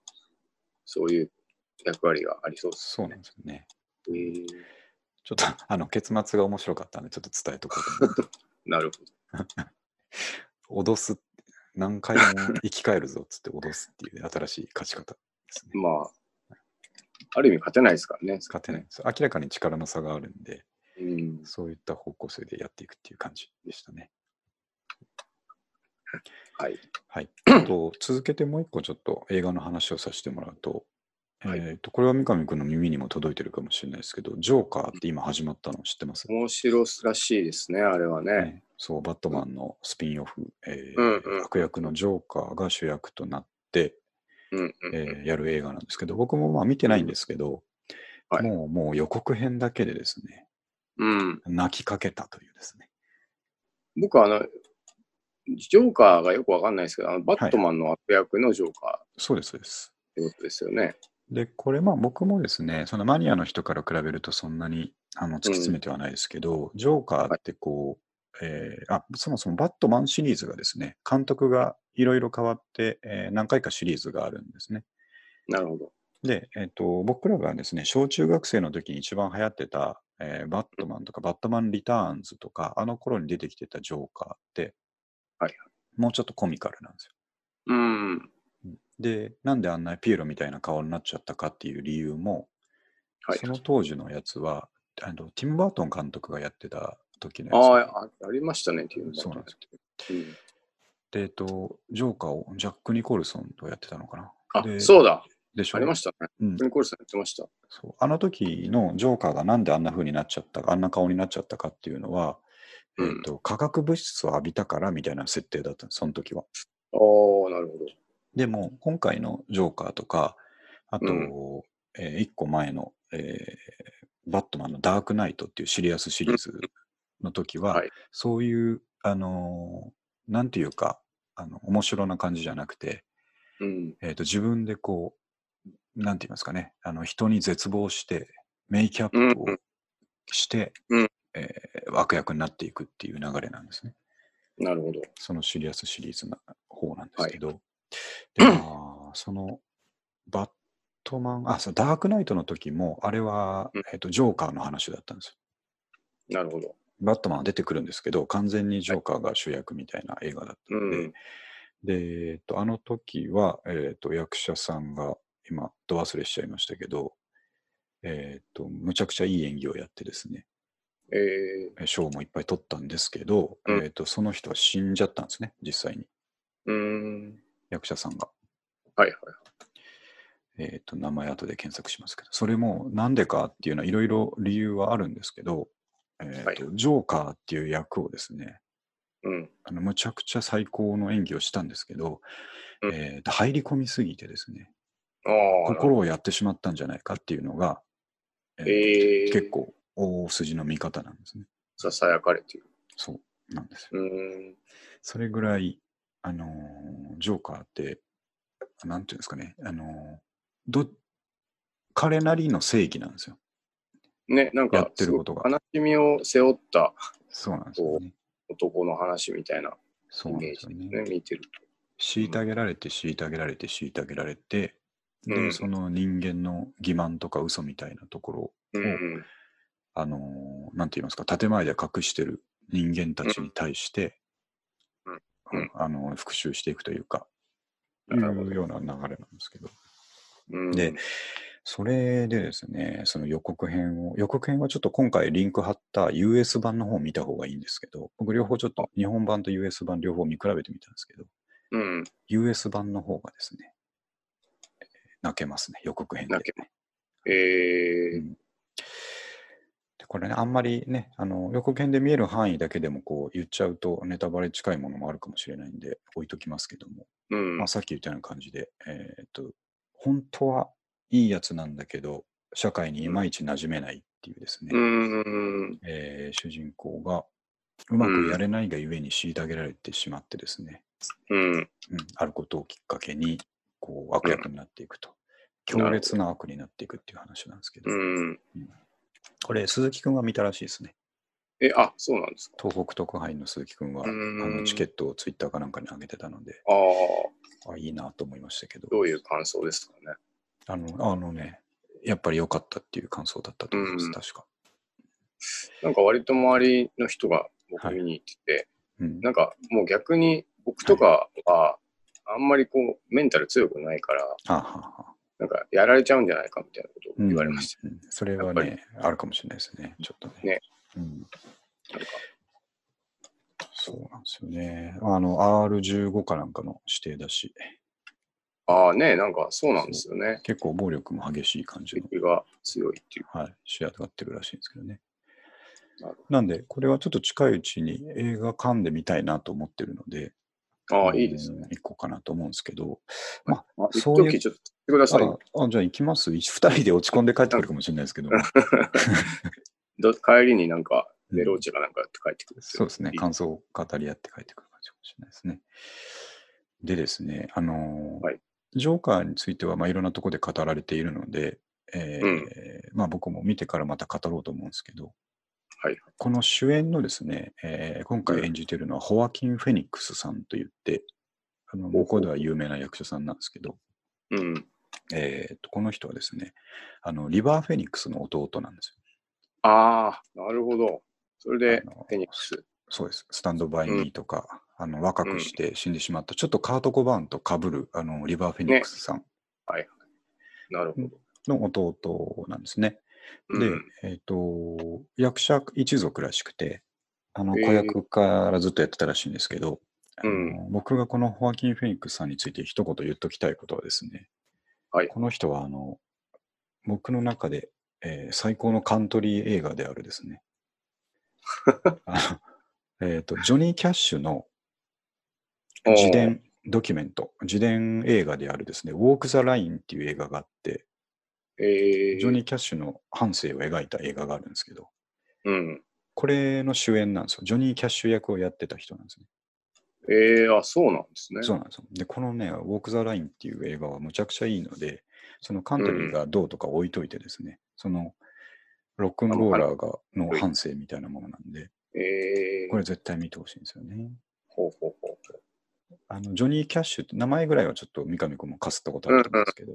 S2: そういう役割がありそうです。
S1: そうなんですよね。
S2: えー
S1: ちょっと [laughs] あの結末が面白かったんで、ちょっと伝えとこうと思って。
S2: なるほど。
S1: 脅す、何回も生き返るぞっつって脅すっていう新しい勝ち方ですね。
S2: まあ、ある意味勝てないですからね。
S1: 勝てないんです。明らかに力の差があるんで、
S2: うん。
S1: そういった方向性でやっていくっていう感じでしたね。
S2: はい。
S1: はい。あ
S2: [clears throat]
S1: と、続けてもう一個ちょっと映画の話をさせてもらうと、
S2: はい
S1: えっ、と、これは三上君の耳にも届いてるかもしれないですけど、ジョーカーって今始まったの知ってます、
S2: 面白らしいですね、あれはね。
S1: ねそう、バットマンのスピンオフ、えー
S2: うんうん
S1: 悪役のジョーカーが主役となって、
S2: うんうんうん。
S1: えーやる映画なんですけど、僕もまあ見てないんですけど、
S2: はい
S1: もうもう予告編だけでですね、
S2: うん、
S1: 泣きかけたというですね。
S2: 僕はあの、ジョーカーがよくわかんないですけど、あのバットマンの悪役のジョーカ
S1: そうです、そうです。
S2: ーってことですよね。
S1: で、これまあ僕もですね、そのマニアの人から比べるとそんなにあの突き詰めてはないですけど、ジョーカーってこう、えーあそもそもバットマンシリーズがですね、監督がいろいろ変わって、えー何回かシリーズがあるんですね。
S2: なるほど。
S1: で、えっと僕らがですね、小中学生の時に一番流行ってた、えーバットマンとか、バットマンリターンズとか、あの頃に出てきてたジョーカーって、
S2: はい
S1: もうちょっとコミカルなんですよ
S2: うん。
S1: で、なんであんなピエロみたいな顔になっちゃったかっていう理由も、
S2: はい
S1: その当時のやつはあの、ティム・バートン監督がやってた時の
S2: あ
S1: や
S2: あ、あありましたね、っていう
S1: そうなんです
S2: よ。うん
S1: つで。えっと、ジョーカーをジャック・ニコルソンとやってたのかな。
S2: あ、
S1: で
S2: そうだ。
S1: でしょ
S2: ありましたね。
S1: うん
S2: ニコルさん言ってました。
S1: そうあの時のジョーカーがなんであんな風になっちゃったか、あんな顔になっちゃったかっていうのは、え
S2: う
S1: っ
S2: ん
S1: と化学物質を浴びたからみたいな設定だったんです、その時は。
S2: ああ、なるほど。
S1: でも、今回のジョーカーとか、あと、
S2: うん
S1: え1個前の、えーバットマンのダークナイトっていうシリアスシリーズの時は、
S2: はい
S1: そういう、あのーなんていうか、あの面白な感じじゃなくて、
S2: うん。
S1: えーと自分でこう、なんて言いますかね、あの人に絶望して、メイキャップを
S2: うん
S1: して、
S2: うん
S1: えー悪役になっていくっていう流れなんですね。
S2: なるほど。
S1: そのシリアスシリーズの方なんで
S2: は
S1: す
S2: い
S1: けど、でまあ、そのバットマン、あ、そう、ダークナイトの時も、あれは、
S2: うん
S1: えっと、ジョーカーの話だったんですよ。
S2: なるほど。
S1: バットマンは出てくるんですけど、完全にジョーカーが主役みたいな映画だった
S2: うん
S1: で、
S2: ん。
S1: で、えっと、あの時は、えっと、役者さんが、今、ど忘れしちゃいましたけど、えっと、むちゃくちゃいい演技をやってですね、
S2: えー、
S1: え賞もいっぱい取ったんですけど、
S2: うん
S1: えっと、その人は死んじゃったんですね、実際に、
S2: うーん。
S1: 役者さんが。
S2: はいはい。
S1: えっと名前後で検索しますけど、それもなんでかっていうのはいろいろ理由はあるんですけど、えーと
S2: はい
S1: ジョーカーっていう役をですね、
S2: うん。
S1: あのむちゃくちゃ最高の演技をしたんですけど、
S2: うん
S1: えーと入り込みすぎてですね、
S2: ああ。なるほど
S1: 心をやってしまったんじゃないかっていうのが、えーと
S2: えー、
S1: 結。構大筋の見方なんですね。
S2: ささやかれている。
S1: そうなんですよ。
S2: うーん。
S1: それぐらい、あのージョーカーって、なんていうんですかね、あのーど彼なりの正義なんですよ。
S2: ね、なんか、
S1: やってることが
S2: すごく悲しみを背負った
S1: そうなんですよね。
S2: 男の話みたいな
S1: そ
S2: イ
S1: うなん
S2: メー
S1: です
S2: ジ
S1: よ
S2: です
S1: ね
S2: ね、。見てる
S1: 虐げられて、虐げられて、虐げられて、で、
S2: うん
S1: その人間の欺瞞とか嘘みたいなところを、
S2: と。うん。
S1: あのーなんて言いますか、建前で隠してる人間たちに対して、
S2: うん
S1: うんあのー復讐していくというか、い
S2: なるほど
S1: うような流れなんですけど。
S2: うん、
S1: で、それでですね、その予告編を、予告編はちょっと今回リンク貼った US 版の方を見た方がいいんですけど、僕両方ちょっと日本版と US 版両方見比べてみたんですけど、
S2: うん。
S1: US 版の方がですね、えー泣けますね、予告編で。
S2: 泣けえー、
S1: でこれね、あんまりね、あの予告編で見える範囲だけでもこう言っちゃうとネタバレ近いものもあるかもしれないんで置いときますけども、
S2: うん。
S1: まあ、さっき言ったような感じで、えーっと、本当はいいやつなんだけど、社会にいまいち馴染めないっていうですね、
S2: うん。
S1: えー主人公がうまくやれないがゆえに虐げられてしまってですね、
S2: うん。
S1: うん、あることをきっかけにこう悪役になっていくと、
S2: なるほど
S1: 強烈な悪になっていくっていう話なんですけど、
S2: うん。
S1: これ鈴木くんが見たらしいですね
S2: え、あ、そうなんですか。
S1: 東北特派員の鈴木くんは、
S2: うん
S1: あのチケットをツイッターかなんかに上げてたので
S2: ああ、
S1: あいいなと思いましたけど
S2: どういう感想ですかね。
S1: あのあのねやっぱり良かったっていう感想だったと思います、
S2: うん
S1: 確か、
S2: なんか割と周りの人が僕見に行ってて、
S1: うん、
S2: なんかもう逆に僕とかはあんまりこうメンタル強くないから、
S1: あはは
S2: なんかやられちゃうんじゃないかみたいなことを
S1: うん
S2: 言われまし
S1: うんそれは
S2: やっぱ
S1: ねあるかもしれないですねちょっとね
S2: ね
S1: うん
S2: た。なんか
S1: そうなんですよねあの R15 かなんかの指定だし
S2: ああね、なんかそうなんですよね。
S1: 結構暴力も激しい感じの
S2: 敵が強いっていう。
S1: はい、仕上がってるらしいんですけどね
S2: なるほ。
S1: なんで、これはちょっと近いうちに映画館で見たいなと思ってるので、
S2: ああ、いいですね。
S1: ね。行こうかなと思うんですけど、
S2: あ、一
S1: そういう
S2: 時ちょっと言ってくださいよ。
S1: ああじゃあ行きます。2人で落ち込んで帰ってくるかもしれないですけど、
S2: [laughs] ど帰りになんかメローチェがなんかって帰ってくるってい
S1: そうですね、感想を語り合って帰ってくる感じ。しれないですね。でですね、あのー
S2: はい
S1: ジョーカーについては、まあ、いろんなところで語られているので、えー
S2: うん
S1: まあ、僕も見てからまた語ろうと思うんですけど、
S2: はい。
S1: この主演のですね、えー今回演じているのは、ホアキン・フェニックスさんといって、あの
S2: ほう
S1: 向こうでは有名な役者さんなんですけど、
S2: うん。
S1: えー、とこの人はですねあの、リバー・フェニックスの弟なんです
S2: ああ、なるほど。それ
S1: よ。
S2: で
S1: あ、の
S2: フェニックス。
S1: そうです。スタンドバイ
S2: うん
S1: ミーとか、あの若くして死んでしまった、ちょっとカート・コバーンとかぶるあのリバー・フェニックスさん
S2: なるほど。
S1: の弟なんですね。
S2: うん
S1: で、えっ、と、役者一族らしくて、あの
S2: へー
S1: 子役からずっとやってたらしいんですけど、あの
S2: うん
S1: 僕がこのホアキン・フェニックスさんについて一言言っときたいことはですね、
S2: はい
S1: この人はあの僕の中で、えー最高のカントリー映画であるです
S2: [laughs]
S1: ね。あのえっとジョニー・キャッシュの
S2: おー
S1: 自伝ドキュメント、自伝映画であるですね、ウォーク・ザ・ラインっていう映画があって、
S2: えー、
S1: ジョニー・キャッシュの半生を描いた映画があるんですけど、
S2: うん。
S1: これの主演なんですよ。ジョニー・キャッシュ役をやってた人なんですね。
S2: えー、あ、そうなんですね。
S1: そうなんですよ。で、このね、ウォーク・ザ・ラインっていう映画はむちゃくちゃいいので、そのカントリーがどうとか置いといてですね、そのロックンローラーがの半生みたいなものなんで、
S2: えー、
S1: これ絶対見てほしいんですよね。
S2: ほうほうほう。
S1: あのジョニー・キャッシュって名前ぐらいはちょっと三上君もかすったことあると思うんですけど、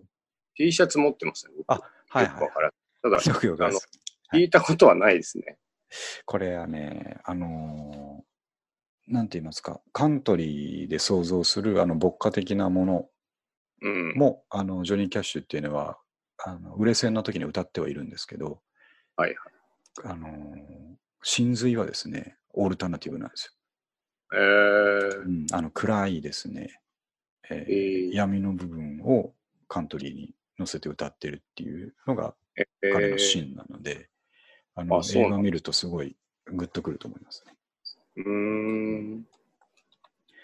S2: T シャツ持ってますね。僕
S1: あはい
S2: よ
S1: は
S2: くわ
S1: い。
S2: からないた
S1: よ
S2: だ、
S1: くよくわかんないです
S2: 聞いたことはないですね。
S1: これはね、あのーなんて言いますか、カントリーで想像するあの牧歌的なもの
S2: うん。
S1: も、あのジョニー・キャッシュっていうのはあの売れ線の時に歌ってはいるんですけど、
S2: はいはい。
S1: あのー真髄はですねオルタナティブなんです
S2: え
S1: よ、
S2: ー、
S1: うんあの暗いですね、え
S2: え
S1: ー
S2: ー、
S1: 闇の部分をカントリーに乗せて歌ってるっていうのが
S2: え
S1: 彼の
S2: ー
S1: シーンなので、あの
S2: あそうな
S1: 映
S2: んだ
S1: 画見るとすごいグッとくると思いますね
S2: うーん。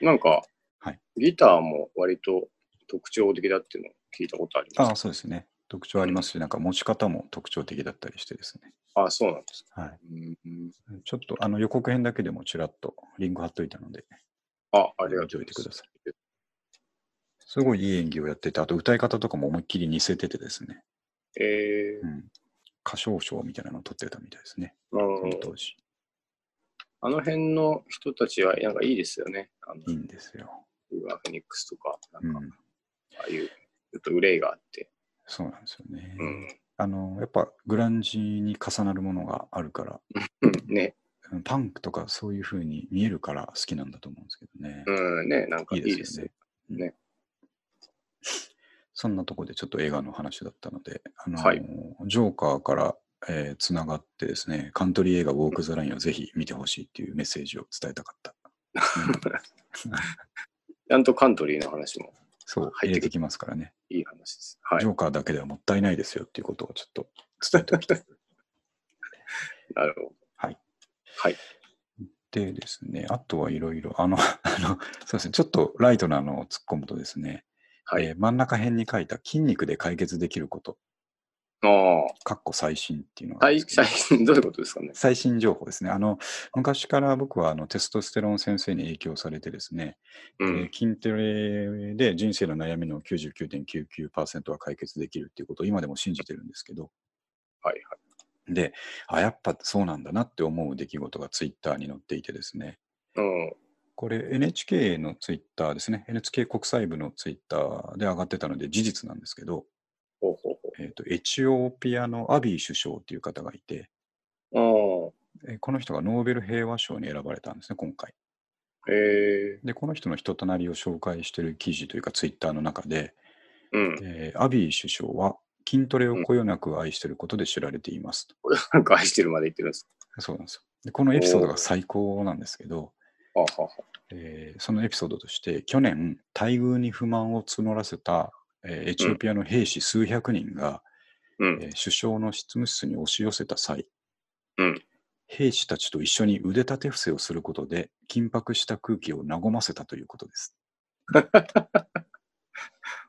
S2: なんか、
S1: はい
S2: ギターも割と特徴的だっていうのを聞いたことあり
S1: ああ
S2: ます。
S1: そうですね特徴ありますし、なんか持ち方も特徴的だったりしてですね、
S2: ああ、そうなんです。
S1: はい、
S2: うん
S1: ちょっとあの予告編だけでもちらっとリンク貼っといたので
S2: あ、ありがとう
S1: 見ておいてくださ
S2: います。
S1: すごいいい演技をやっててあと歌い方とかも思いっきり似せててですね
S2: えー
S1: うん歌唱賞みたいなのを取ってたみたいですね、
S2: あ
S1: その
S2: の
S1: 当時。
S2: あの辺の人たちは、なんかいいですよね。あの、
S1: いいんですよ。
S2: ウーアーフェニックスとか、な
S1: うん
S2: か、
S1: ん、
S2: ああいう、ちょっと憂いがあって。
S1: そうなんですよね、
S2: うん。
S1: あの。やっぱグランジに重なるものがあるから、
S2: ね、
S1: うんパンクとかそういう風に見えるから好きなんだと思うんですけどね。
S2: うん、ね、なんかいい
S1: いい
S2: で
S1: です
S2: す
S1: よ
S2: よ
S1: ね。うん
S2: ね
S1: そんなとこでちょっと映画の話だったので、あの
S2: はい
S1: ジョーカーから、えー、つながってですね、カントリー映画ウォーク・ザ・ラインをぜひ見てほしいっていうメッセージを伝えたかった。
S2: ちゃんとカントリーの話も
S1: そう、
S2: 入
S1: 入
S2: ってくる
S1: れてきますからね。
S2: いい話です。は
S1: [laughs]
S2: い
S1: ジ。ョーカーだけではもったいないですよっていうことをちょっと伝えておきたい。
S2: なるほど。
S1: はい。
S2: はい。
S1: でですね、あとはいろいろ、あの、 [laughs] あの、そうですね、ちょっとライトなのを突っ込むとですね、
S2: はい。
S1: えー真ん中辺に書いた筋肉で解決できること、
S2: ああ。
S1: かっこ最新っていうのがあるん
S2: 最
S1: ですけど、
S2: 最近どういうことですかね。
S1: 最新情報ですね。あの、昔から僕はあのテストステロン先生に影響されてですね、
S2: う
S1: えー
S2: ん。
S1: 筋トレで人生の悩みの99.99%は解決できるっていうことを今でも信じてるんですけど、
S2: はいはい。
S1: で、あ、やっぱそうなんだなって思う出来事がツイッターに載っていてですね、
S2: うん。
S1: これ NHK のツイッターですね、NHK 国際部のツイッターで上がってたので事実なんですけど、
S2: ほうほうほ
S1: えー、とエチオピアのアビー首相っていう方がいて、
S2: う。
S1: えーこの人がノーベル平和賞に選ばれたんですね、今回。
S2: うん。え
S1: で、この人の人となりを紹介している記事というかツイッターの中で、
S2: ー、うん。
S1: えーアビー首相は筋トレをこよなく愛していることで知られていますと。
S2: [laughs] なんか愛してるまで言ってるんです
S1: そうなんですよで。このエピソードが最高なんですけど、
S2: か。はあは
S1: えーそのエピソードとして、去年、待遇に不満を募らせた、えーエチオピアの兵士数百人が、
S2: う
S1: え
S2: ん。
S1: ー首相の執務室に押し寄せた際、
S2: うん
S1: 兵士たちと一緒に腕立て伏せをすることで、緊迫した空気を和ませたということです。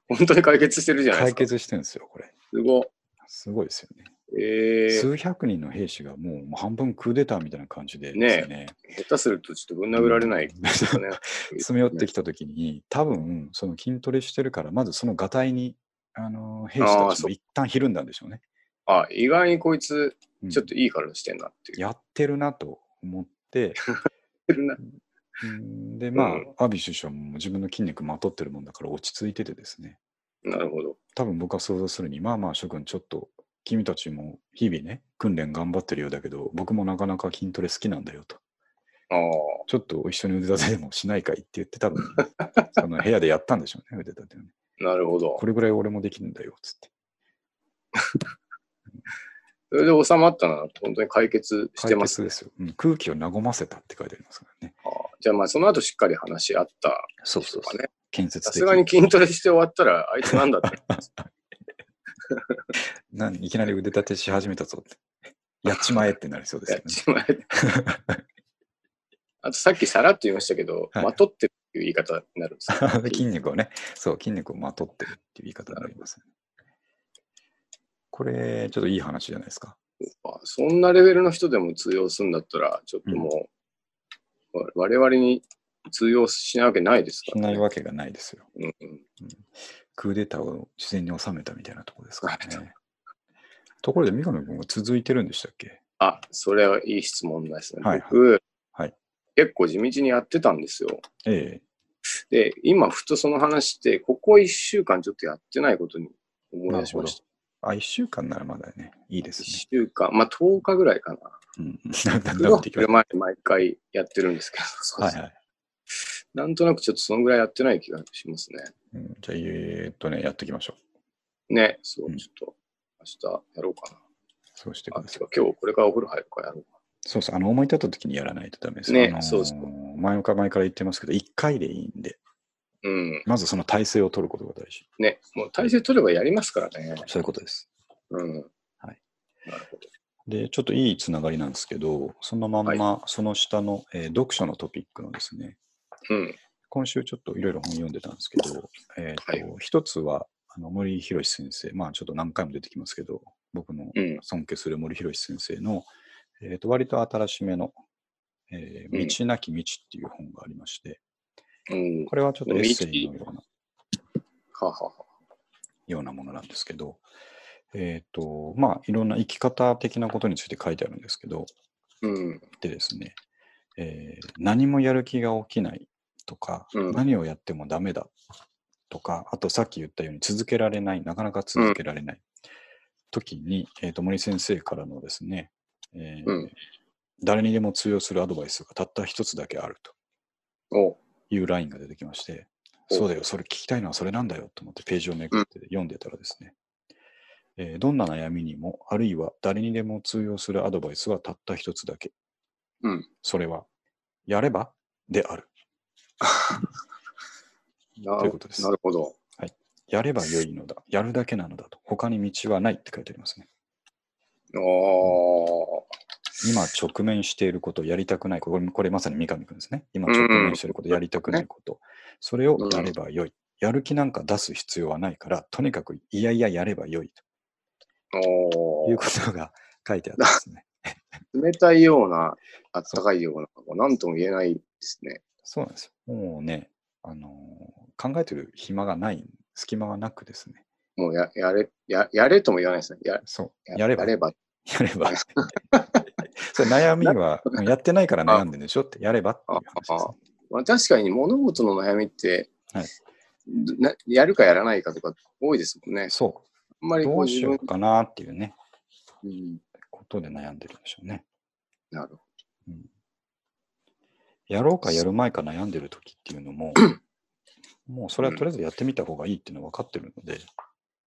S2: 本当に解決してるじゃないで
S1: 解
S2: すか。
S1: 決してるんですよ、これ。
S2: すごい。
S1: すごいですよね。
S2: ええ
S1: 数百人の兵士がもうもう半分クーデターみたいな感じでですね、
S2: 下手するとちょっとぶん殴られないですかね。
S1: 詰め寄ってきたときに、多分その筋トレしてるから、まずそのがたいに、あの兵士たちも一旦ひるんだんでしょうね。
S2: あ、意外にこいつ、
S1: うん
S2: ちょっといい体してんなっていう。
S1: やってるなと思って、
S2: ってるな。
S1: うんで、まあ、
S2: うん
S1: アビ首相も自分の筋肉まとってるもんだから落ち着いててですね、
S2: [laughs] なるほど。
S1: 多分僕は想像するに、まあまあ諸君、ちょっと君たちも日々ね、訓練頑張ってるようだけど、僕もなかなか筋トレ好きなんだよと。
S2: ああ。
S1: ちょっと一緒に腕立てでもしないかいって言って、多
S2: [laughs]
S1: 分その部屋でやったんでしょうね、腕立てをね。
S2: なるほど
S1: こ。れぐらい俺もできるんだよ、つって。
S2: それで収まったな。本当に解決してます。
S1: 解決ですよ、うん空気を和ませたって書いてありますからね。
S2: ああじゃあまあその後しっかり話し合った
S1: そ
S2: とかね。
S1: 建設
S2: さ
S1: 的
S2: すがに筋トレして終わったら、あいつなんだ
S1: [laughs]
S2: って。
S1: なんいきなり腕立てし始めたぞ
S2: [laughs]
S1: って。やっちまえってなりそうです
S2: やっ
S1: よね。
S2: ちまえ。
S1: [laughs]
S2: あとさっきさらっと言いましたけど、
S1: はい
S2: まとってるっていう言い方になるんで
S1: [laughs]
S2: すよ
S1: 筋肉をね、そう、筋肉をまとってるっていう言い方になりますね、これ、ちょっといい話じゃないですか。
S2: あそんなレベルの人でも通用するんだったら、ちょっともう、わ我々に通用しないわけないですか
S1: そん
S2: ら、
S1: な
S2: ね。
S1: わけがないですよ。
S2: うんうん
S1: クーデターを自然に収めたみたいなところですからね。ところで、三上君は続いてるんでしたっけ
S2: あ、それはいい質問ですね。
S1: はいはい
S2: 僕、
S1: はい
S2: 結構地道にやってたんですよ。
S1: え
S2: で、今、ふとその話って、ここ1週間ちょっとやってないことに思い出しまし
S1: え
S2: た。
S1: あ、1週間ならまだね、いいです
S2: 1
S1: ね。
S2: 週間、まあ10日ぐらいかな。
S1: うん、だんだん
S2: それ
S1: 伸び
S2: は
S1: てきまし
S2: 前毎回やってるんですけど、そう
S1: た。
S2: そ
S1: はい
S2: う
S1: はい。
S2: なんとなくちょっとそのぐらいやってない気がしますね。
S1: うんじゃあ、えーっとね、やっていきましょう。
S2: ね、そうう、
S1: ん
S2: ちょっと明日やろうかな。
S1: そうして
S2: あ
S1: ください
S2: て。か今日これからお風呂入るからやろうか
S1: そうそう、あの思い立った時にやらないとダメです
S2: ね
S1: あのー
S2: そうそう
S1: 前か前から言ってますけど、1回でいいんで、
S2: な。うん。
S1: まずその体勢を取ることが大事。
S2: ね、もう体勢取ればやりますからね。
S1: そういうことです。
S2: うん。
S1: はい。
S2: なるほど。
S1: で、ちょっといいつながりなんですけど、そのまんま、その下の、えー読書のトピックのですね、
S2: うん。
S1: 今週ちょっといろいろ本読んでたんですけど、えーと一つはあの森博先生、まあちょっと何回も出てきますけど、僕の
S2: うん。
S1: 尊敬する森博先生の、えー、と割と新しめの、えー
S2: うん
S1: 道なき道っていう本がありまして、
S2: うん。
S1: これはちょっとエッセイのような
S2: ははは。
S1: ようなものなんですけど、えっ、と、まあ、いろんな生き方的なことについて書いてあるんですけど、
S2: うん。
S1: でですね、えー何もやる気が起きないとか、
S2: うん
S1: 何をやってもダメだとか、あとさっき言ったように続けられない、なかなか続けられない時に、えーと森先生からのですね、えー
S2: うん
S1: 誰にでも通用するアドバイスがたった一つだけあると
S2: お
S1: いうラインが出てきまして、
S2: お
S1: そうだよ、それ聞きたいのはそれなんだよと思ってページをめくって読んでたらですね、えーどんな悩みにも、あるいは誰にでも通用するアドバイスはたった一つだけ。
S2: うん
S1: それは、やればである。
S2: な
S1: ということです
S2: なるほど。
S1: やればよいのだ。やるだけなのだと。他に道はないって書いてありますね。
S2: お
S1: 今直面していること、やりたくないこと、これこれまさに三上君ですね。今直面していること、やりたくないこと、それをやればよい。やる気なんか出す必要はないから、とにかくいやいややればよい
S2: ー
S1: と
S2: お
S1: い
S2: ー
S1: うことが書いてあったんですね。
S2: 冷たいような、あったかいような、こうなんとも言えないですね。
S1: [laughs] そうなんですよ。もうね、あのー考えてる暇がない、隙間がなくですね。
S2: もうややれや、やれとも言わないですね。や
S1: そう。やれば。
S2: やれば。
S1: やれば。 [laughs] それ悩みは、うんやってないから悩んでるんでしょって、やればっていう話で
S2: まあ、確かに物事の悩みって、
S1: はい
S2: どなやるかやらないかとか多いですもんね
S1: すね。。そ
S2: あんま
S1: う。
S2: りこ
S1: ど
S2: う
S1: う
S2: 自
S1: しよ
S2: 分
S1: う、かなっていうね、
S2: うん、
S1: ことで悩んでるんでしょうね。
S2: なるほ
S1: やろうかやる前か悩んでる時っていうの [clears throat] も、もうそれはとりあえずやってみた方がいいっていうのは分かってるので、
S2: ど。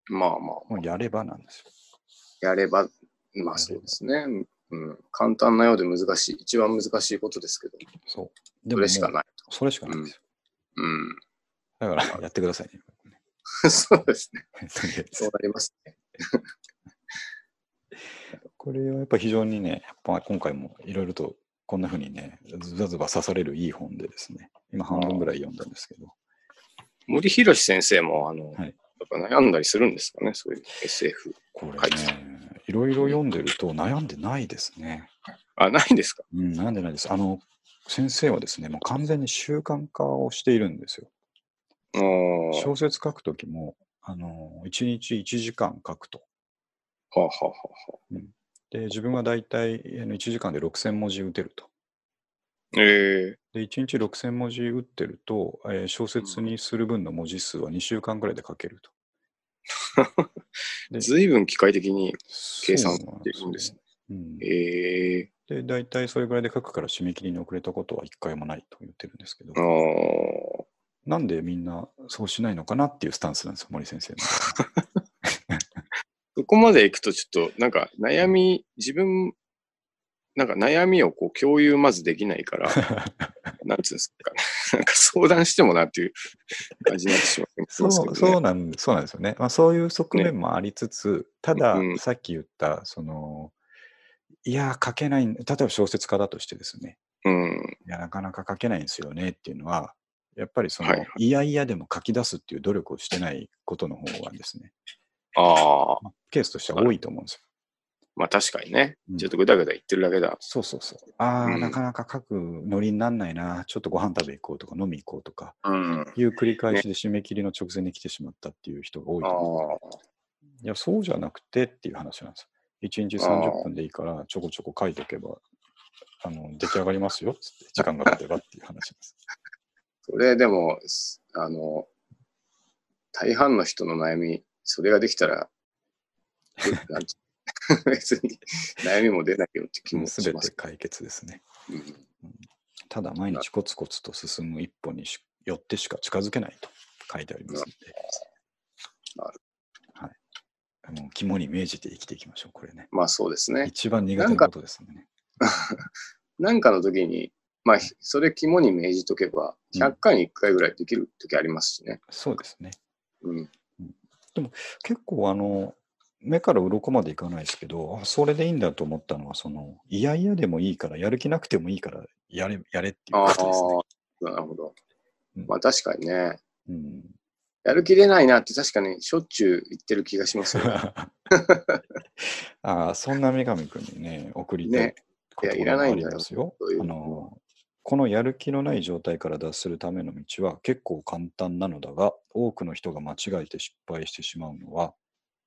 S2: まあまあ、
S1: もうやればなんですよ。
S2: やれば、まあそうですね。うん、簡単なようで難しい、一番難しいことですけど、
S1: そう。で
S2: それしか
S1: い。
S2: ない。
S1: それしかないんですよ。
S2: う
S1: だから、やってくださいね。
S2: ん、 [laughs] そうですね。
S1: とりあえず
S2: [laughs] そうなりますね。
S1: これはやっぱ非常にね、やっぱ今回もいろいろとこんな風にね、ズバズバ刺されるいい本でですね、今半分ぐらい読んだんですけど、
S2: 森博先生も、あの、
S1: はい
S2: やっぱ悩んだりするんですかね、そういう SF。
S1: これね
S2: はい、
S1: いろいろ読んでると悩んでないですね。
S2: あ、ないんですか
S1: うん、悩んでないです。あの、先生はですね、もう完全に習慣化をしているんですよ。
S2: あー
S1: 小説書くときも、あの、1日1時間書くと。
S2: はあ、はあはあはあ、
S1: で、自分はだいたい1時間で6000文字打てると。
S2: え
S1: で、1日6000文字打ってると、えー小説にする分の文字数は2週間ぐらいで書けると。
S2: え
S1: で
S2: ずいぶん機械的に計算
S1: そうなん
S2: できるんですね。
S1: うん、
S2: ええ
S1: で、大体それぐらいで書くから締め切りに遅れたことは一回もないと言ってるんですけど
S2: あ、あ、
S1: なんでみんなそうしないのかなっていうスタンスなんですよ、森先生の。
S2: そこまで行くとちょっと、なんか悩み、自分、なんか悩みをこう共有まずできな
S1: [laughs]
S2: いから、なんつうんですかね、なんか相談してもなっていう感じになってしまい
S1: そ
S2: ますけど、
S1: う
S2: ね。
S1: そうなんそうなんですよね。まあ、そういう側
S2: ね
S1: 面もありつつ、ただ、
S2: うん
S1: さっき言った、その、いや、書けないん、例えば小説家だとしてですね、
S2: うん。
S1: いや、なかなか書けないんですよねっていうのは、やっぱりその、
S2: はい
S1: い
S2: はい
S1: やいやでも書き出すっていう努力をしてないことの方がですね、
S2: ああ、
S1: まあケースとしては多いと思うんですよ。
S2: まあ確かにね
S1: う。ん
S2: ちょっとぐだぐだ言ってるだけだ。
S1: そうそうそう。ああ、
S2: うん
S1: なかなか書くノリになんないな、ちょっとご飯食べ行こうとか飲み行こうとか、
S2: うん。あ
S1: いう繰り返しで締め切りの直前に来てしまったっていう人が多いと思う
S2: あ、
S1: いや、そうじゃなくてっていう話なんですよ。1日
S2: あー
S1: 30分でいいから、ちょこちょこ書いとけば、あの、出来上がりますよっつって、時間が経てばっていう話です。
S2: それでも、すあの、大半の人の悩み、それができ
S1: [laughs]
S2: たら、なんつ [laughs] 別に悩みも出ないよって気も
S1: す
S2: し
S1: べ
S2: ます
S1: て解決ですね。
S2: けど。うん
S1: ただ、毎日コツコツと進む一歩にしよってしか近づけないと書いてありますので
S2: なる。
S1: はい。もう肝に銘じて生きていきましょう、これね。
S2: まあそうですね。
S1: 一番苦手
S2: な
S1: なん
S2: か
S1: ことですんでね。
S2: なんかの時に、まあ、ひそれ肝に銘じとけば、
S1: うん
S2: 100回に1回ぐらいできる時ありますしね。
S1: そうですね。
S2: うん。
S1: 結構あの目から鱗までいかないですけどあそれでいいんだと思ったのはそのいやいやでもいいからやる気なくてもいいからやれやれっていう
S2: あ
S1: こ
S2: あ
S1: とですね。
S2: ー、なるほど
S1: うん。
S2: まあ確かにね、
S1: うん、
S2: やる気出ないなって確かにしょっちゅう言ってる気がしますよ。
S1: [laughs] ああそんな女神くんにね送りたい
S2: ね
S1: こと
S2: いやいらないんだよ
S1: ですよ
S2: そういう
S1: あのこのやる気のない状態から脱するための道は結構簡単なのだが多くの人が間違えて失敗してしまうのは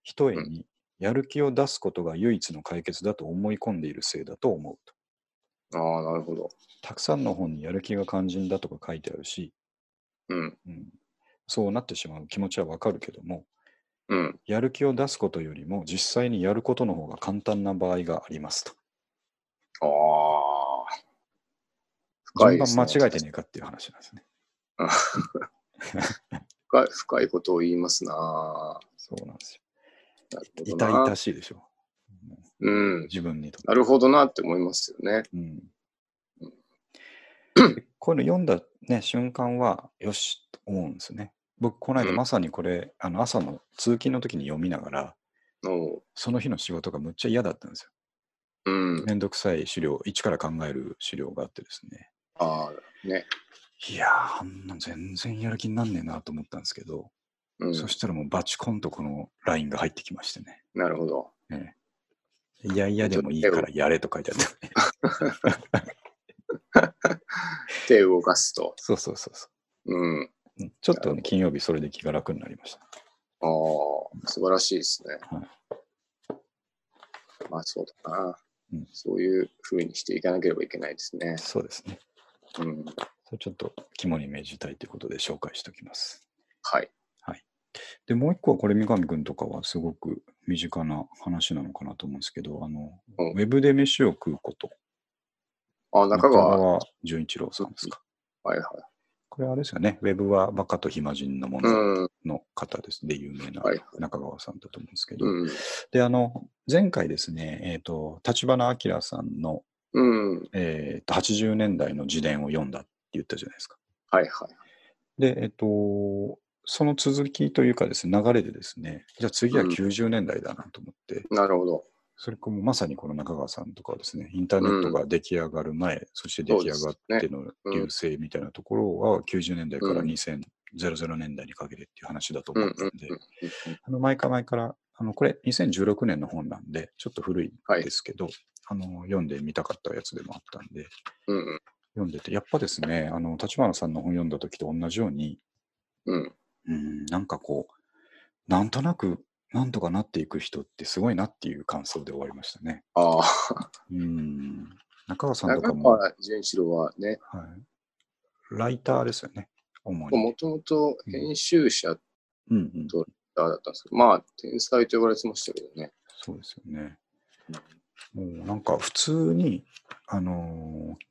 S1: ひとえ
S2: う
S1: にやる気を出すことが唯一の解決だと思い込んでいるせいだと思うと。
S2: ああ、なるほど。
S1: たくさんの本にやる気が肝心だとか書いてあるし、
S2: うん。
S1: うん、そうなってしまう気持ちはわかるけども、
S2: うん。
S1: やる気を出すことよりも実際にやることの方が簡単な場合がありますと。
S2: ああ。深い
S1: 順
S2: で
S1: 番
S2: す、
S1: 間違
S2: ね。
S1: えてねえかっていう話なんですね。
S2: 深い深いことを言いますな。
S1: そうなんですよ。
S2: なるほど
S1: 痛
S2: な。
S1: 々しいでしょ。うん
S2: うん。
S1: 自分にとって。
S2: なるほどなって思いますよね。
S1: うん
S2: う、
S1: こういうの読んだ、ね、瞬間は、よしと思うんですよね。僕、この間
S2: うん
S1: まさにこれ、あの朝の通勤の時に読みながら、
S2: おう
S1: その日の仕事がむっちゃ嫌だったんですよ
S2: うん。
S1: めんどくさい資料、一から考える資料があってですね。
S2: ああ、ね。
S1: いやー、あんなん全然やる気になんねえなと思ったんですけど、
S2: うん。
S1: そしたらもうバチコンとこのラインが入ってきましてね。
S2: なるほど。
S1: ええいやいやでもいいからやれと書いてあった、ね。
S2: 手を動かすと。
S1: そうそうそうそ
S2: うん。
S1: ううん。ちょっとね、金曜日それで気が楽になりました。
S2: ああ、素晴らしいですね。
S1: はい
S2: まあそうだな。
S1: うん
S2: そういうふうにしていかなければいけないですね。
S1: そうですね。
S2: うん、
S1: それちょっと肝に銘じたいということで紹介しておきます。
S2: はい。
S1: で、もう一個はこれ、三上くんとかはすごく身近な話なのかなと思うんですけど、あの、
S2: うん
S1: ウェブで飯を食うこと。
S2: あ、中川。はい
S1: 純一郎さんですか。
S2: はい。
S1: これあれですよね、ウェブはバカと暇人のも
S2: う
S1: の
S2: ん。
S1: の方です、で有名な
S2: はい
S1: 中川さんだと思うんですけど、
S2: うん。
S1: で、あの、前回ですね、えっ、と、立花明さんの、
S2: うん。
S1: えー、と80年代の自伝を読んだって言ったじゃないですか。
S2: はいはい。
S1: で、えっ、と、その続きというかですね、流れでですね、じゃあ次は
S2: うん
S1: 90年代だなと思って、
S2: なるほど。
S1: それこもまさにこの中川さんとかはですね、インターネットが出来上がる前、そして出来上がっての
S2: そうですね
S1: 流星みたいなところは90年代から
S2: うん
S1: 2000 00年代にかけてっていう話だと思ったんで、あの、毎回毎回、あの、これ2016年の本なんで、ちょっと古いんですけど、あの、読んでみたかったやつでもあったんで、
S2: うんうん
S1: 読んでて、やっぱですね、あの、立花さんの本読んだ時と同じように、
S2: うん
S1: うん、なんかこう、なんとなく、なんとかなっていく人ってすごいなっていう感想で終わりましたね。
S2: ああ、
S1: うん。中川さんとか
S2: 中
S1: も、はい、
S2: 川純一郎はね、
S1: ライターですよね、主に。
S2: もともと編集者
S1: うんうん、
S2: だったんですけど、まあ、天才と言われてましたけどね。
S1: そうですよね。もうなんか普通に、あのー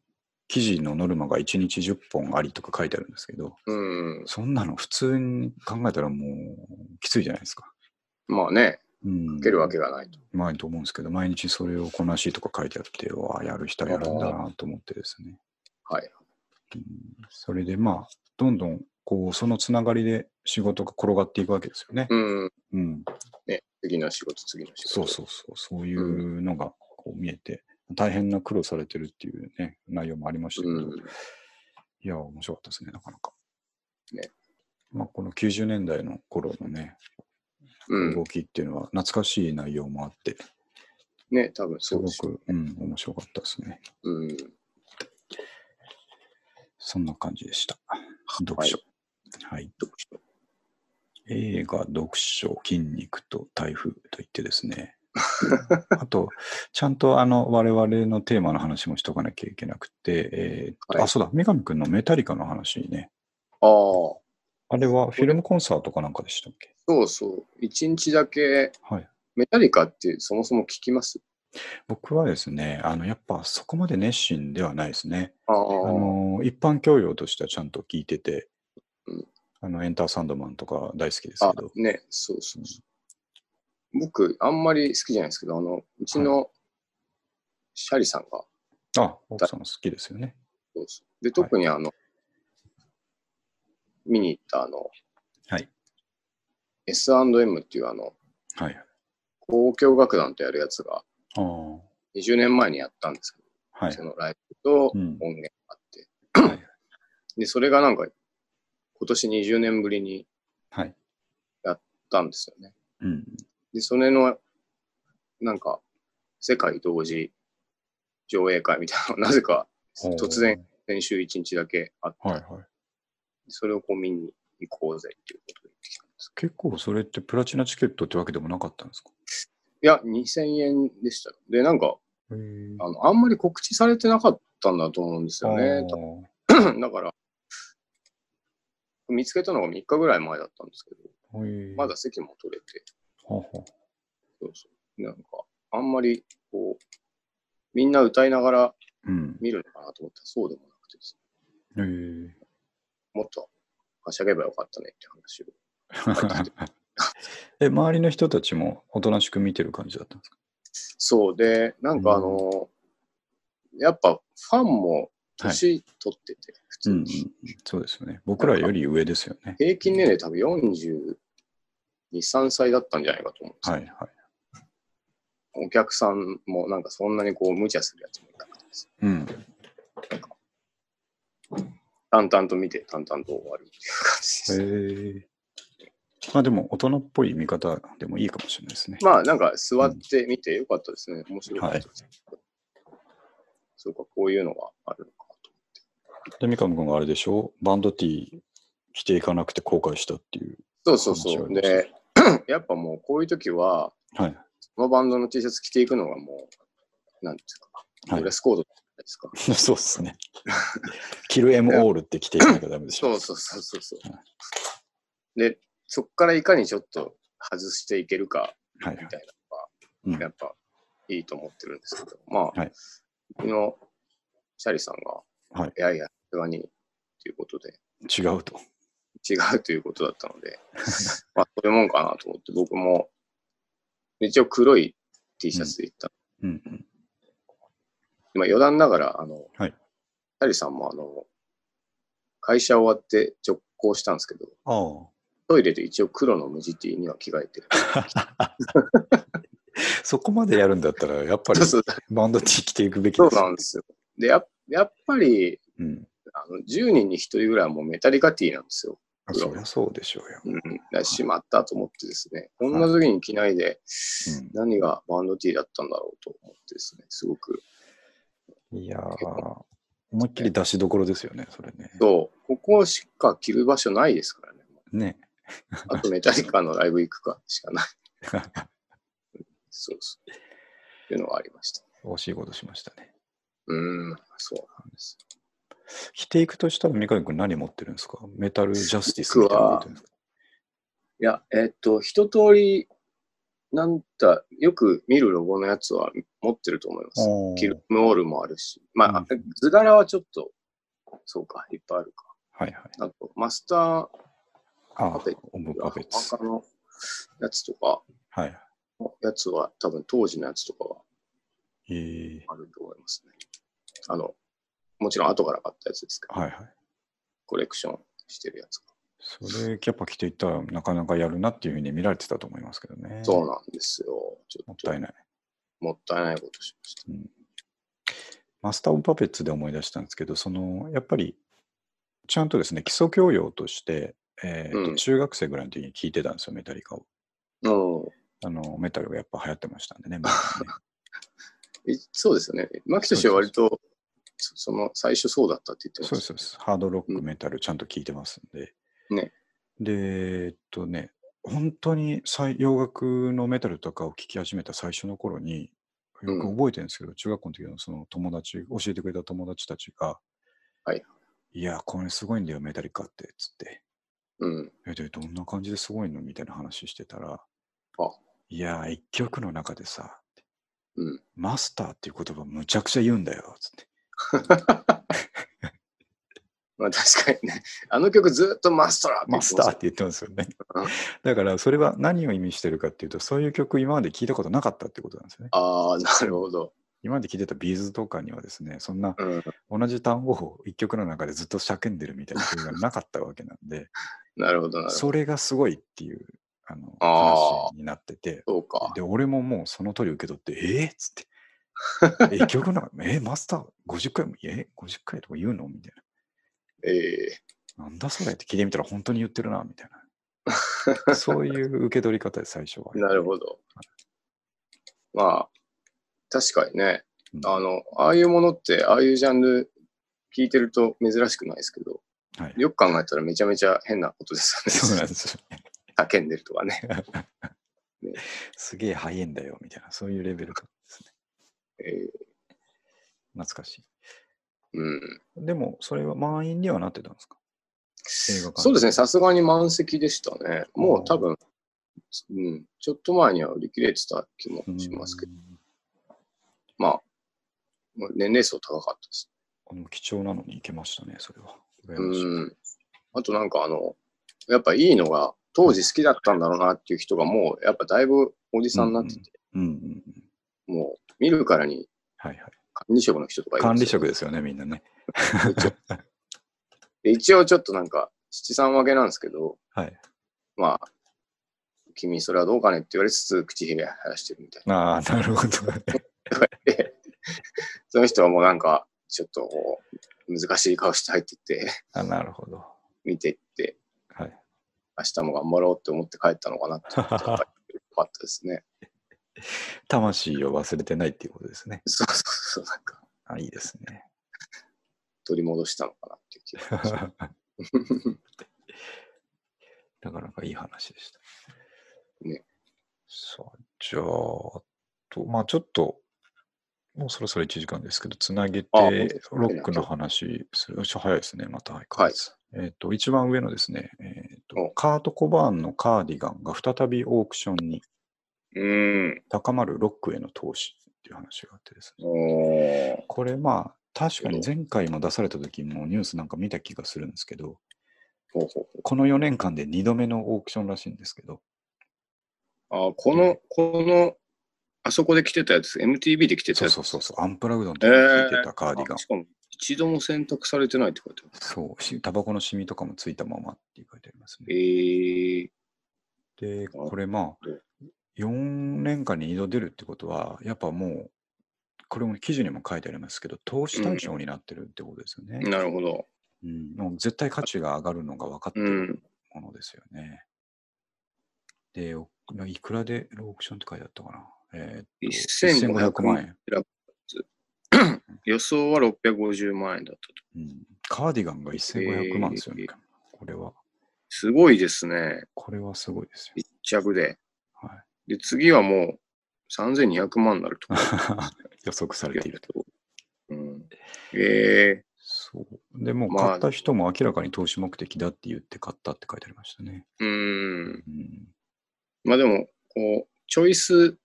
S1: 記事のノルマが1日10本ありとか書いてあるんですけど、
S2: うん。
S1: そんなの普通に考えたらもうきついじゃないですか。
S2: まあね、
S1: うん、
S2: 書けるわけがないと。
S1: 前と思うんですけど、毎日それをこなしとか書いてあって、うわあ、やる人はやるんだなと思ってですね。
S2: はい。
S1: うんそれでまあ、どんどんこうそのつながりで仕事が転がっていくわけですよね。
S2: うん。
S1: うん、
S2: ね、次の仕事、次の仕事。
S1: そうそうそう、そういうのがこう見えて、大変な苦労されてるっていうね、内容もありましたけど、
S2: うん
S1: いや、面白かったですね、なかなか。
S2: ね
S1: まあ、この90年代の頃のね、
S2: うん
S1: 動。きっていうのは懐かしい内容もあって、
S2: ね、多分
S1: す
S2: そう
S1: ご
S2: ですよ。
S1: く、うん、面白かったですね。
S2: うん。
S1: そんな感じでした。読書。はい、
S2: 読書
S1: 映画、読書、筋肉と台風といってです
S2: [laughs]
S1: ね。あと、ちゃんとあの我々のテーマの話もしとかなきゃいけなくて、えーっと
S2: はい
S1: あ、そうだ、三上くんのメタリカの話ね。
S2: ああ、そ
S1: あれはフィルムコンサートかなんかでしたっけ
S2: うそう。一日だけ、
S1: はい。
S2: メタリカってそもそも聞きます
S1: 僕はですね、あのやっぱそこまで熱心ではないですね。
S2: ああ、
S1: あの一般教養としてはちゃんと聞いてて
S2: うん、
S1: あのエンターサンドマンとか大好きです
S2: あ
S1: けど、
S2: ね、そうそうそう。僕、あんまり好きじゃないですけど、あの、うちのシャリさんが、
S1: あ、奥さん好きですよね。
S2: そうそうで、特にあの、見に行ったあの、
S1: はい。
S2: S&M っていうあの、
S1: はい。
S2: 交響楽団とやるやつが、
S1: ああ、
S2: 20年前にやったんですけど、
S1: はい
S2: そ。のライブと
S1: う
S2: 音
S1: ん
S2: 源があって、
S1: はい
S2: で、それがなんか、今年20年ぶりに
S1: はい。
S2: 行ったんですよね。
S1: うん。
S2: で、それの、なんか、世界同時上映会みたいなのがなぜか [clears throat] 突然、先週1日だけあって、
S1: はいはい。
S2: それをこう見に行こうぜっていうことで行ってきたんです
S1: 結構それってプラチナチケットってわけでもなかったんですか
S2: けど。いや、2000円でしたよ。で、なんか、
S1: へえ。
S2: あのあんまり告知されてなかったんだと思うんですよね。だから、見つけたのが3日ぐらい前だったんですけど、まだ席も取れて、
S1: はは
S2: そうそう。なんか、あんまり、こう、みんな歌いながら
S1: うん。
S2: 見るのかなと思ったら、そうでもなくてですね
S1: へ
S2: [laughs]
S1: え。
S2: もっと、はしゃげばよかったねって話を。
S1: え、周りの人たちもおとなしく見てる感じだったんですか
S2: そうで、なんかあの、やっぱファンも年取ってて、普通
S1: う
S2: に、
S1: ん。そうですよね。僕らより上ですよね。
S2: 平均年齢多分42、3歳だったんじゃないかと思うんですよ
S1: はいはい。
S2: お客さんもなんかそんなにこう無茶するやつもいなくてです
S1: う
S2: ね、
S1: ん。
S2: 淡々と見て淡々と終わるっていう感じです。
S1: へえ。まあでも、大人っぽい見方でもいいかもしれないですね。
S2: まあなんか座って見てよかったですね。面白かったです。そうか、こういうのがあるのか
S1: で、
S2: と。
S1: 三上君があれでしょバンド T 着ていかなくて後悔したっていう。
S2: そうそうそ
S1: 面
S2: う。
S1: 白いで
S2: で、 [clears throat] やっぱもうこういう時は、
S1: はい。
S2: このバンドの T シャツ着ていくのがもう、なんていうか、
S1: はい
S2: ドレスコードじゃないですか。
S1: [laughs] そうですね。キルエムオールって着ていかなきゃダメでしょ。
S2: そうそうそうそうそう。で、そこからいかにちょっと外していけるか
S1: はいはい
S2: み。たい
S1: うん
S2: なのが、やっぱいいと思ってるんですけど、まあ、
S1: はい
S2: 昨日、シャリさんが、
S1: はい
S2: いやいや、さすがに、ということで、
S1: 違うと。
S2: 違うということだったので、 [laughs] まあ、そういうもんかなと思って、僕も、一応黒い T シャツで行った。
S1: うんうん。
S2: 今、余談ながら、あの、
S1: はい
S2: タリさんも、あの、会社終わって直行したんですけど、
S1: あ
S2: トイレで一応黒の無地 T には着替えてる。
S1: あ。そこまでやるんだったら、やっぱり
S2: そうそう
S1: バンド T 着ていくべき
S2: [laughs] そ
S1: で
S2: う
S1: す。
S2: なんですよ。で、やっやっぱり、
S1: うん。
S2: あの10人に1人ぐらいはもうメタリカ T なんですよ。
S1: あそりゃそうでしょうよ。
S2: うん、だからしまったと思ってですね、こんな時に着ないで、何がバンド T だったんだろうと思ってですね、すごく。
S1: いやー、思いっきり出しどころですよね、それね。
S2: そう、ここしか着る場所ないです
S1: [laughs]
S2: からね。
S1: ね。
S2: あとメタリカのライブ行くかしかない。そうそう。っていうのはありました。
S1: 惜しいことしましたね。
S2: うーん、そうなんです。
S1: 着ていくとしたら、三上君何持ってるんですかメタルジャスティスみたいなの持ってるんですか
S2: いや、えっと、一通り、なんだ、よく見るロゴのやつは持ってると思います。
S1: お
S2: キ
S1: ー
S2: ルムオールもあるし、まあ、
S1: うん
S2: 図柄はちょっと、そうか、いっぱいあるか。
S1: はいはい。
S2: あと、マスター、
S1: あ
S2: パペッ、
S1: オムパペッツ。
S2: 赤のやつとか、
S1: はい。
S2: やつは、多分当時のやつとかは
S1: えー、
S2: あると思いますね。あの、もちろん後から買ったやつですけど、
S1: はいはい。
S2: コレクションしてるやつが。
S1: それ、やっぱ着ていったら、なかなかやるなっていうふうに見られてたと思いますけどね。
S2: そうなんですよ。ちょ
S1: もっ
S2: っと
S1: たいない。
S2: もったいないことしました。
S1: マスター・オブ・パペッツで思い出したんですけど、そのやっぱりちゃんとですね、基礎教養として、えーと
S2: うん
S1: 中学生ぐらいの時に聞いてたんですよ、メタリカを。
S2: うん
S1: あのメタルがやっぱ流行ってましたんでね。昔ね
S2: えそうですよね。マキトシは割と、そその、最初そうだったって言ってま
S1: そ
S2: した。
S1: うですそうです。ハードロッ
S2: う
S1: ク、
S2: ん
S1: メタル、ちゃんと聞いてますんで。
S2: ね
S1: で、えっとね、本当に最洋楽のメタルとかを聞き始めた最初の頃に、よく
S2: うん
S1: 覚えてるんですけど、中学校の時のその友達、教えてくれた友達たちが、
S2: はい。
S1: いや、これすごいんだよ、メタリカって、つって。
S2: うん。 [laughs]
S1: え、で、どんな感じですごいのみたいな話してたら、
S2: あ
S1: いやー、一曲の中でさ、
S2: うん。
S1: マスターっていう言葉むちゃくちゃ言うんだよ、つって。
S2: まあ確かにね。あの曲ずっとマスターって言
S1: マ
S2: って
S1: ス
S2: ま
S1: タ
S2: す
S1: ーって言ってますよね
S2: うん。
S1: だから、それは何を意味してるかっていうと、そういう曲今まで聞いたことなかったってことなんですよね。
S2: ああ、なるほど。
S1: 今まで聞いてたビーズとかにはですね、そんな
S2: うん。
S1: 同じ単語を一曲の中でずっと叫んでるみたいな曲がなかったわけなんで、
S2: [laughs] なるほど、なるほど。
S1: それがすごいっていうあの
S2: あー
S1: 話になってて、
S2: そうか。
S1: で、俺ももうその通り受け取って、えーっつ
S2: [laughs]
S1: って。え、曲なんか、え、マスター50回も、え、50回とか言うのみたい
S2: ええ
S1: な。なんだそれって聞いてみたら本当に言ってるな、みたい
S2: [laughs]
S1: な。そういう受け取り方で最初は。
S2: なるほど。まあ、確かにね。
S1: うん
S2: あの、ああいうものって、ああいうジャンル聞いてると珍しくないですけど、
S1: はい。 [laughs]
S2: よく考えたらめちゃめちゃ変なことです
S1: そう
S2: よ
S1: なん
S2: ね。
S1: ですよ。
S2: [laughs] 叫んでるとかね。
S1: すげえ早いんだよ、みたいな。そういうレベル感ですね。
S2: ええ
S1: 懐かしい。
S2: うん。
S1: でも、それは満員にはなってたんですか映画館。
S2: そうですね、
S1: ね。
S2: さすがに満席でしたね。もう多分、うん、ちょっと前には売り切れてた気もしますけど、まあ、もう年齢層高かったです。
S1: あの貴重なのに行けましたね、それは。羨ましい
S2: うん。あとなんかあの、やっぱいいのが、当時好きだったんだろうなっていう人がもう、やっぱだいぶおじさんになってて、
S1: うんうんうん。
S2: もう見るからに
S1: はいはい。
S2: 管理職の人とかいるん
S1: 管
S2: で
S1: 理
S2: すよ
S1: 職ですよね、みんなね。
S2: で一応ちょっとなんか、七三分けなんですけど、
S1: はい。
S2: まあ、君それはどうかねって言われつつ、口ひげ生やしてるみたいな。
S1: ああ、なる
S2: [laughs]
S1: ほど。
S2: で、その人はもうなんか、ちょっとこう、難しい顔して入ってって、 [laughs]
S1: あなるほど。
S2: 見ていって、
S1: はい。
S2: 明日も頑張ろうって思って帰ったのかなって思って、やっぱりよかったですね。
S1: [laughs] 魂を忘れてないっていうことですね。
S2: そうそうそう、なんか、
S1: あ、いいです
S2: [laughs]
S1: ね。
S2: 取り戻したのかなっていう気がしました。
S1: [laughs] なかなかいい話でした。
S2: ね。
S1: さあ、じゃあ、あと、まあちょっと、もうそろそろ1時間ですけど、つなげて
S2: あ本当です、ね
S1: ロックの話する。ちょ早いですね、また相変わらず。えっ、と、一番上のですね、えっ、と
S2: お、
S1: カート・コバーンのカーディガンが再びオークションに
S2: うん。
S1: 高まるロックへの投資っていう話があってですね。
S2: おー
S1: これまあ、確かに
S2: け
S1: 前回も出された時もニュースなんか見た気がするんですけど、
S2: ほうほう
S1: この4年間で2度目のオークションらしいんですけど、
S2: ほうあ、この、この、あそこで着てたやつ、MTV で着てた
S1: そう
S2: やつ。
S1: そうそうそう、アンプラグドの時に聞いてたカーディガン
S2: あ。しかも、一度も洗濯されてないって書いてある。
S1: そうし、タバコのシミとかもついたままって書いてありますね。
S2: ええ
S1: で、これまあ
S2: うん、
S1: 4年間に2度出るってことは、やっぱもう、これも記事にも書いてありますけど、投資対象になってるってことですよね。
S2: なるほど。
S1: うんもう絶対価値が上がるのが分かって
S2: う
S1: る
S2: ん。
S1: ものですよね。で、おいくらでオークションって書いてあったかな。えーっと
S2: 1500
S1: 1500万円。
S2: 予想は650万円だったと。
S1: うんカーディガンが1500万ですよね。
S2: え
S1: これは、
S2: すごいですね。
S1: これはすごいですよ。
S2: 一着で。
S1: は
S2: で、次はもう3200万になると。
S1: い、 [laughs] 予測されていると。
S2: うん、ええ
S1: そう。でもう
S2: まあ
S1: 買った人も明らかに投資目的だって言って買ったって書いてありましたね。
S2: うん。
S1: うん。
S2: まあでも、こう、チョイス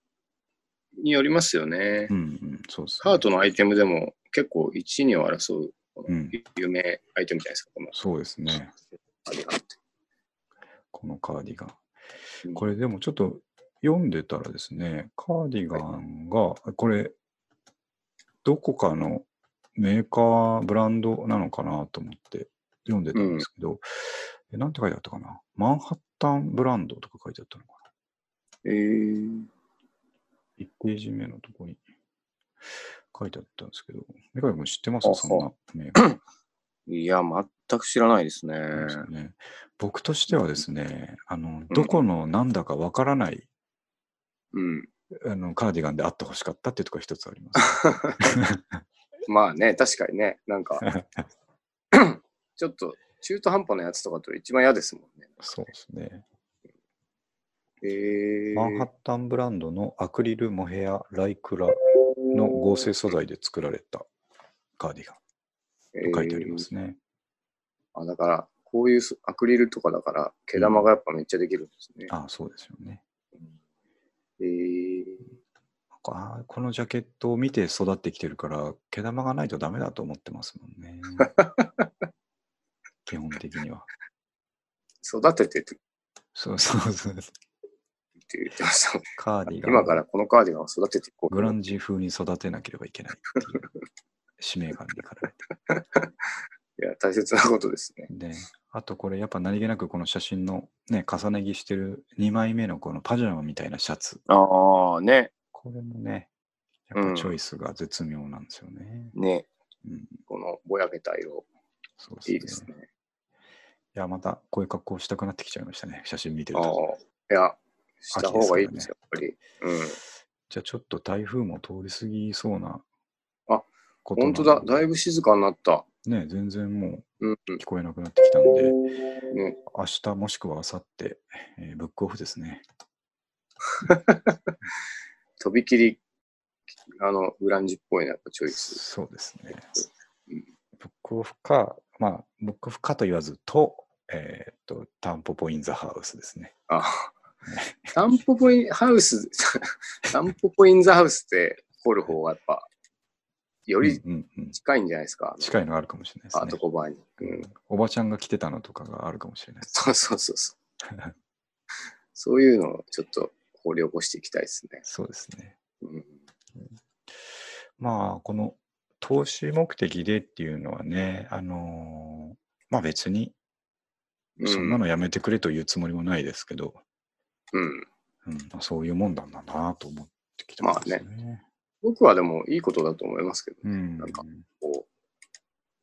S2: によりますよね
S1: う。ん、うん、そうです、ね。
S2: カートのアイテムでも結構1、2を争う
S1: うん、
S2: 有名アイテムじゃないですか、この
S1: そうですね。
S2: カーディガンって。
S1: このカーディガ
S2: う
S1: ン。
S2: ん
S1: これでもちょっと読んでたらですね、カーディガンが、これ、どこかのメーカー、ブランドなのかなと思って読んでたんですけど、えなんて書いてあったかなマンハッタンブランドとか書いてあったのかな
S2: えー
S1: ?1 ページ目のとこに書いてあったんですけど、メカ君知ってます
S2: あ
S1: そんなメーカー。
S2: いや、全く知らないですね。
S1: ですよね。僕としてはですね、あの、どこのなんだかわからない、
S2: うん。
S1: あの、カーディガンであってほしかったっていうところが一つあり
S2: [laughs]
S1: ます。
S2: まあね、確かにね、なん [laughs] か、ちょっと中途半端なやつとかと一番嫌ですもんね。
S1: そうですね。
S2: えー、
S1: マンハッタンブランドのアクリル、モヘア、ライクラの合成素材で作られたカーディガンと書いてありま
S2: え
S1: すね。
S2: ーあだから、こういうそアクリルとかだから、毛玉がやっぱめっちゃできるんですね。
S1: ああ、そうですよね。
S2: えー、
S1: なんかああこのジャケットを見て育ってきてるから、毛玉がないとダメだと思ってますもんね。基本的には。
S2: 育ててって
S1: そうそうそう。
S2: 言ってましたもん。
S1: カーディガン。
S2: 今からこのカーディガンを育てていこう。
S1: グランジ風に育てなければいけないっていう使命感に駆られて。
S2: いや、大切なことですね。
S1: で、あとこれやっぱ何気なくこの写真のね、重ね着してる2枚目のこのパジャマみたいなシャツ。
S2: ああ、ね、
S1: これもね、やっ
S2: う
S1: ぱ
S2: ん
S1: チョイスが絶妙なんですよね。
S2: ね、
S1: うん、
S2: このぼやけた色、
S1: そうですね。
S2: いいですね。
S1: いや、またこういう格好したくなってきちゃいましたね。写真見てる
S2: ああ
S1: と。、
S2: いや、した方がいいですよ、やっぱり。うん。
S1: じゃあちょっと台風も通り過ぎそうな
S2: あ
S1: ことな
S2: 本
S1: んで。
S2: 当だ、だいぶ静かになった。
S1: ね、全然も
S2: うん、
S1: う聞こえなくなってきたんで。
S2: うん。ね、
S1: 明日もしくは明後日、えーブックオフですね。
S2: とびきり、あの、グランジっぽいな、やっぱチョイス。
S1: そうですね
S2: うん。
S1: ブックオフか、まあ、ブックオフかと言わずと、えーっと、タンポポインザハウスですね。
S2: あタンポポインハウス、 [laughs] タンポポインザハウスって掘る方がやっぱ、より
S1: うんうんうん、
S2: 近いんじゃないですか、
S1: 近いのあるかもしれない
S2: あのアー
S1: で
S2: ト
S1: すね。
S2: コバーに。うん、
S1: おばちゃんが来てたのとかがあるかもしれない [laughs] です。
S2: そうそうそうそう。そういうのをちょっと掘り起こしていきたいですね。
S1: そうですね。
S2: うん、
S1: まあ、この投資目的でっていうのはね、あのーまあ別に、そんなのやめてくれというつもりもないですけど、
S2: うん。
S1: うんまあ、そういうもんなんだなと思ってきてますね。
S2: 僕はでもいいことだと思いますけど、
S1: うん
S2: なんかこう、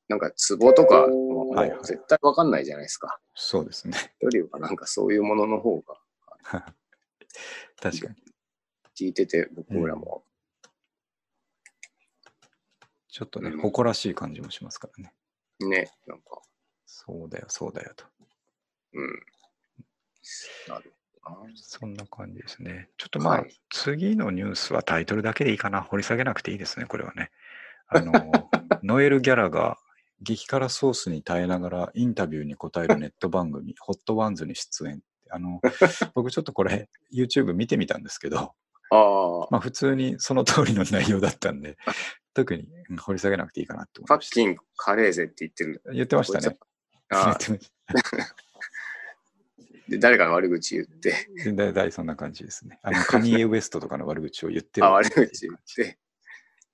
S2: なんか壺とかも
S1: はいはい
S2: 絶対わかんないじゃないですか。
S1: そうですね。 [laughs]
S2: よりはなんかそういうものの方が
S1: 確かに。
S2: 聞いてて、僕らも。
S1: ちょっとね、
S2: うん
S1: 誇らしい感じもしますからね。
S2: ね、なんか、
S1: そうだよ、そうだよと。
S2: うん。なるほどな。
S1: そんな感じですね。ちょっとまあ、
S2: はい
S1: 次のニュースはタイトルだけでいいかな。掘り下げなくていいですね、これはね。あ
S2: [laughs]
S1: の、ノエル・ギャラが激辛ソースに耐えながらインタビューに答えるネット番組、ホットワンズに出演。あ
S2: [laughs]
S1: の、僕ちょっとこれ、YouTube 見てみたんですけど、
S2: ああ、
S1: まあ普通にその通りの内容だったんで、特にうん掘り下げなくていいかなって思
S2: パ
S1: いま
S2: ッ
S1: し
S2: キンカレーゼって言ってる。
S1: た。言ってましたね。言
S2: あ
S1: ってました [laughs]
S2: ーで誰かの悪口言って、
S1: 全体大体そんな感じですね。あの、カニエ・ウエストとかの悪口を言ってる。
S2: あ悪
S1: [laughs]
S2: 口言って、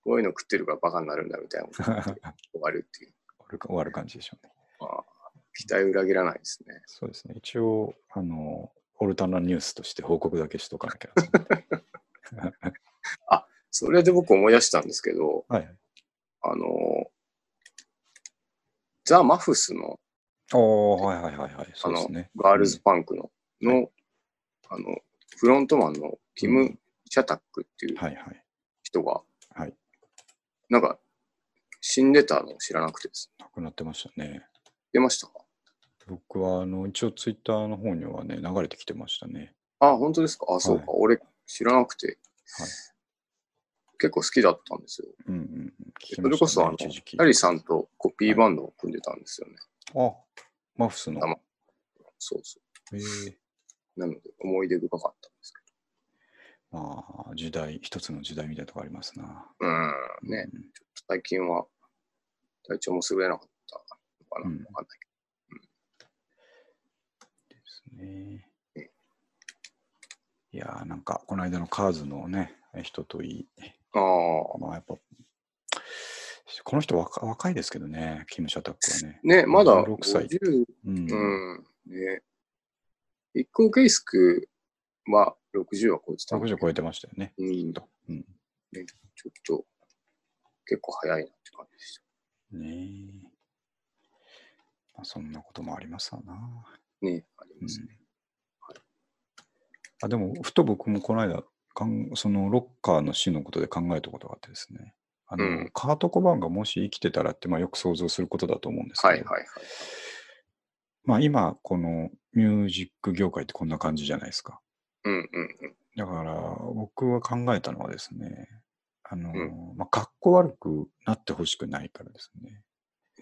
S2: こういうの食ってるからバカになるんだみたいなこと
S1: 終
S2: 言って終わるっていう。
S1: わるか終わる感じでしょうね。
S2: あー期待裏切らないですね。
S1: そうですね。一応、あの、オルタナニュースとして報告だけしとかなきゃなと思って。
S2: [laughs] それで僕思い出したんですけど、
S1: はいはい。
S2: あの、ザ・マフスの
S1: ああ、はいはいはいはい。そうですね。
S2: ガールズパンクの、
S1: うん
S2: の、あの、フロントマンのキ
S1: う
S2: ム
S1: ん・
S2: チャタックっていう
S1: はいはい。
S2: 人が、
S1: はい
S2: なんか、死んでたの知らなくてです。
S1: なくなってましたね。
S2: 出ましたか
S1: 僕は、あの、一応ツイッターの方にはね、流れてきてましたね。
S2: あ、本当ですかあ、そうか。俺、知らなくて、
S1: はい
S2: 結構好きだったんですよ。
S1: うんうんうん。聞き
S2: そ
S1: ましたね
S2: れこそ、あの、
S1: 一時期
S2: ダリさんとコピーバンドを組んでたんですよね。
S1: あ、マフスの
S2: あ。まそうそ
S1: ええ
S2: う。なので、思い出深かったんです
S1: まあ、時代、一つの時代みたいなとこありますな。
S2: けど。うん。ね、
S1: うん
S2: 最近は、体調も優れなかったのかな。わか
S1: うんん
S2: ないけ
S1: ですね。いやーなんか、この間のカーズのね、人といい、
S2: ど。ああ。
S1: まあやっぱ、この人若若いですけどね、キム・シャタックはね。
S2: ね、まだ
S1: 56歳
S2: 50、
S1: うん
S2: うん、ね。一向ケイスクは60は超えてた。
S1: 160超えてましたよね。
S2: うん、ちょ
S1: うん、
S2: っと、結構早いなって感じでした。
S1: ねえ、まあ。そんなこともありますわな。
S2: ね、あり
S1: う
S2: ま
S1: ん
S2: すね。
S1: あでも、ふと僕もこの間かん、そのロッカーの死のことで考えたことがあってですね、あの
S2: うん
S1: カート・コバーンがもし生きてたらって、まあ、よく想像することだと思うんですけど、
S2: はいはいはい。
S1: まあ、今、このミュージック業界ってこんな感じじゃないですか。
S2: うんうんうん。
S1: だから、僕は考えたのはですね、あの、
S2: う
S1: まあ、かっこ悪くなってほしくないからですね。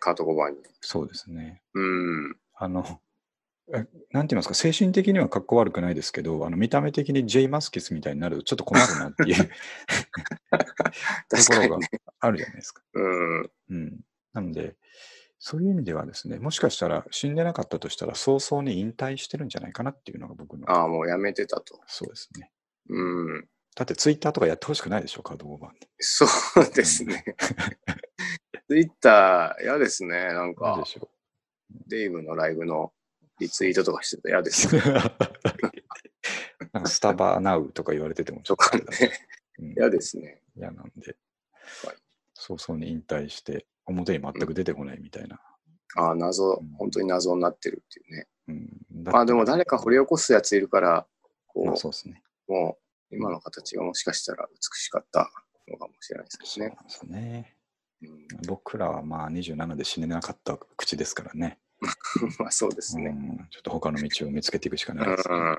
S2: カート・コバーンに。
S1: そうですね。
S2: うん。
S1: あの、えなんて言いますか、精神的にはかっこ悪くないですけど、あの見た目的に J ・マスキスみたいになるとちょっと困るなっていうと
S2: 確
S1: こ
S2: か
S1: ろ
S2: に
S1: が
S2: ね。
S1: あるじゃないですか。
S2: うん。
S1: うん、なので、そういう意味ではですね、もしかしたら死んでなかったとしたら早々に引退してるんじゃないかなっていうのが僕の、
S2: ああ、もうやめてたと。
S1: そうですね。
S2: うん。
S1: だってツイッターとかやってほしくないでしょ、カードオーバーって。
S2: そうですね。ツイッター、嫌ですね。なん
S1: どう
S2: か
S1: で、しょ
S2: デイブのライブのリツイートとかしてたら嫌ですね。
S1: う。 [laughs] なんかスタバナウとか言われててもちょ
S2: と
S1: っと
S2: か
S1: あれだ
S2: ね [laughs]
S1: ね。。うん
S2: 嫌ですね。
S1: 嫌なんで
S2: はい、
S1: 早々に引退して、表に全く出てこないみたいな。
S2: ああ、謎
S1: うん、
S2: 本当に謎になってるっていうね。
S1: うん
S2: まあでも誰か掘り
S1: を、
S2: 起こすやついるから、
S1: ま
S2: こ
S1: あそうですね。
S2: う、もう今の形がもしかしたら美しかったのかもしれないです
S1: そう
S2: ね
S1: な。んですよね。
S2: うん、
S1: 僕らはまあ27で死ねなかった口ですからね。
S2: [laughs] まあそうです
S1: う
S2: ね。
S1: んちょっと他の道を見つけていくしか
S2: う
S1: ないですね、
S2: ん、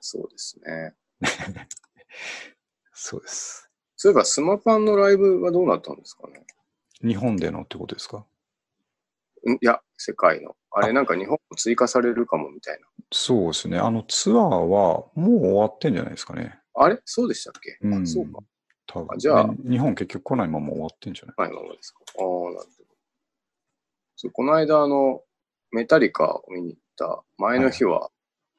S2: そうですね。
S1: そうです。
S2: そういえばスマパンのライブはどうなったんですかね
S1: 日本でのってことですか
S2: んいや、世界の。あれ
S1: あ
S2: なんか日本も追加されるかもみたいな。
S1: そうですね。あのツアーはもう終わってんじゃないですかね。
S2: あれそうでしたっけ、
S1: うん、
S2: あそうか。。
S1: 多分
S2: あじゃあ
S1: ね日本結局来ないまま終わってんじゃない
S2: ないままですか。ああ、なるほど。そう、この間、あの、メタリカを見に行った前の日は、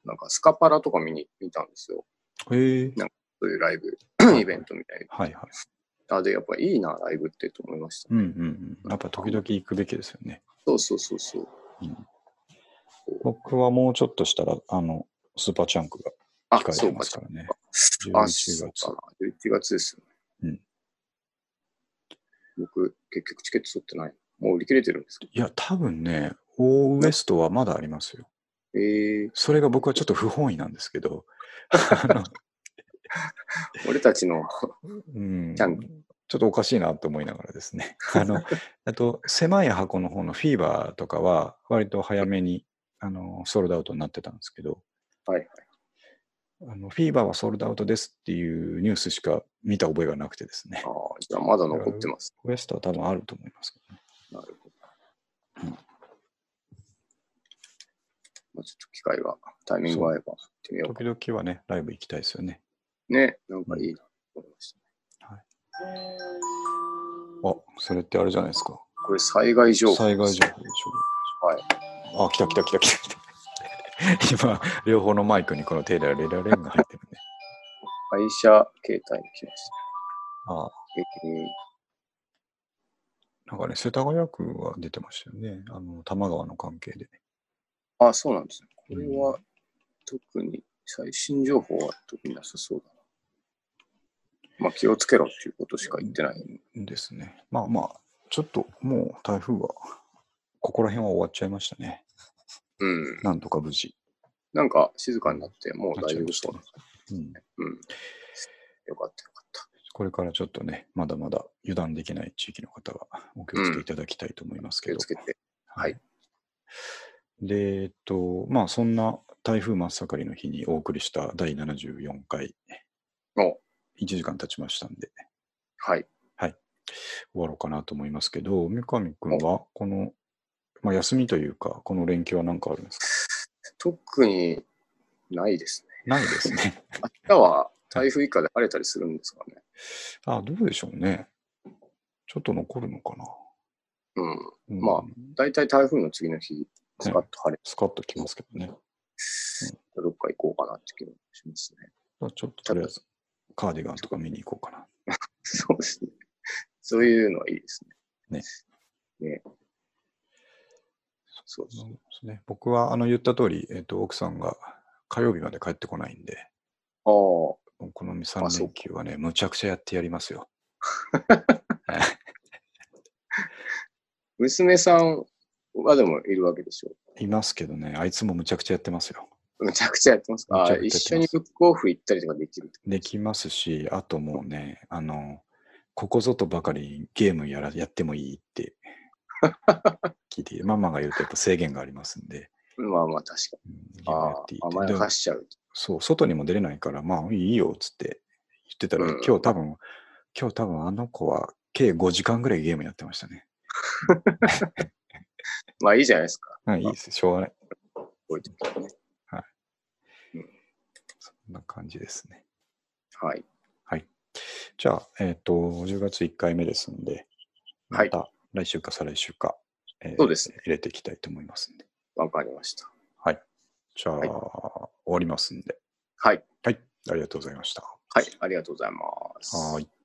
S2: なんかスカパラとか見に見たんですよ。
S1: へえ
S2: そういうライ [clears throat] ブ、イベントみたい
S1: はいはい。
S2: な。あで、やっぱいいな、ライブってと思いました。
S1: うんうんうん。やっぱ時々行くべきですよね。
S2: そうそうそうそう。
S1: 僕はもうちょっとしたら、あの、スーパーチャンクが
S2: あ、
S1: 控え
S2: そ
S1: て
S2: う
S1: ま
S2: か、
S1: す
S2: そ
S1: からね。
S2: うか。あ、
S1: 11
S2: そ
S1: 月
S2: うかな。11月ですよね。うん。僕、結局チケット取ってない。もう売り切れてるんですけ
S1: いや、多分ね、オーウエストはまだありますよ。
S2: ど。ええ
S1: それが僕はちょっと不本意なんですけ
S2: [laughs]
S1: ど、あの
S2: 俺たちの、
S1: うん、ち
S2: チャン
S1: ょっとおかしいなと思いながらです
S2: [laughs]
S1: ね。あの、あと、狭い箱の方のフィーバーとかは、割と早めに、あの、ソールドアウトになってたんですけど、
S2: はいはい。
S1: あのフィーバーはソールドアウトですっていうニュースしか見た覚えがなくてですね
S2: あ。あ、じゃあまだ残ってます。
S1: ウエストは多分あると思いますけどね。
S2: なるほど。
S1: うん
S2: まあ、ちょっと機会が、タイミングが合えば行ってみようか。
S1: 時々はね、ライブ行きたいですよね。
S2: ね、なんかいいなと思いました。
S1: あ、それってあれじゃないですか。
S2: これ災害情報。
S1: 災害情報でし
S2: 報。はい。
S1: ょ。あ、来た来た来た来た来
S2: [laughs]
S1: た。今、両方のマイクにこの手でレラレンが入ってるね。
S2: 会社携帯に来まし
S1: あ
S2: た。えー
S1: なんかね、世田谷区は出てましたよね。あの、多摩川の関係でね。
S2: あ、そうなんですね。これは特に最新情報は特になさそうだな。まあ気をつけろっていうことしか言ってない。
S1: ですね。まあまあ、ちょっともう台風は、ここら辺は終わっちゃいましたね。
S2: うん。
S1: なんとか無事。
S2: なんか静かになって、もう大丈夫そうな。
S1: うん、
S2: うん。よかったよかった。
S1: これからちょっとね、まだまだ油断できない地域の方はお気をつけいただきたいと思いますけ
S2: 気
S1: ど。
S2: をつけて。
S1: は。
S2: はい
S1: で、えっと、まあ、そんな台風真っ盛りの日にお送りした第74回、
S2: お
S1: 1時間経ちましたんで、
S2: はい。
S1: 終わろうかなと思いますけど、三上くんは、この、まあ、休みというか、この連休は何かあるんですか
S2: 特にないですね。
S1: ないです
S2: [laughs]
S1: ね。
S2: 明日は台風以下で晴れたりするんですかね。
S1: あ、どうでしょうね。ちょっと残るのかな。
S2: うん。
S1: うん
S2: まあ、大体台風の次の日、スカッと晴れ、
S1: スカッときますけどね。だか
S2: どっか行こうかなって気もしますね。 [laughs]
S1: らちょっととりあえず、カーディガンとか見に行こうかな。
S2: そうですね。そういうのはいいですね。ね。ね。そ
S1: そ
S2: うそうう。
S1: ですね。僕は、あの、言った通り、えっと、奥さんが火曜日まで帰ってこないんで、
S2: あ
S1: この
S2: あ
S1: 3
S2: そう
S1: 連
S2: か
S1: 休はね、むちゃくちゃやってやりますよ。
S2: あ、娘さんはでもいるわけでしょ
S1: いますけどね、あいつもむちゃくちゃやってますよ。
S2: う。むちゃくちゃやってますか
S1: むち
S2: あ
S1: ゃくちゃやってます
S2: 一緒にブックオフ行ったりとかできるって
S1: できますし、あともうね、あの、ここぞとばかりゲームやらやってもいいって
S2: [laughs]
S1: 聞いて、ママが言うとやっぱ制限がありますんで、
S2: まあまあ確か
S1: うんゲ
S2: に。
S1: ームや
S2: あ
S1: っていい
S2: あ、
S1: って
S2: 甘
S1: で
S2: やかしちゃう。
S1: そう、外にも出れないから、まあいいよっつって言ってたら、
S2: うん
S1: 今日多分、今日多分あの子は計5時間ぐらいゲームやってましたね。
S2: まあいいじゃないですか。
S1: はい、いいです。しょうがない。
S2: こういう時はね。
S1: そんな感じですね。
S2: はい。
S1: じゃあ、えっ、と、10月1回目ですんで、
S2: は
S1: ま
S2: い
S1: た来週か再来週か、えー
S2: そうですね。
S1: 入れていきたいと思いますんで。
S2: わかりました。
S1: じゃあ、
S2: はい
S1: 終わりますんで。
S2: はい。
S1: はい、ありがとうございました。
S2: はい。ありがとうございます。
S1: はーい。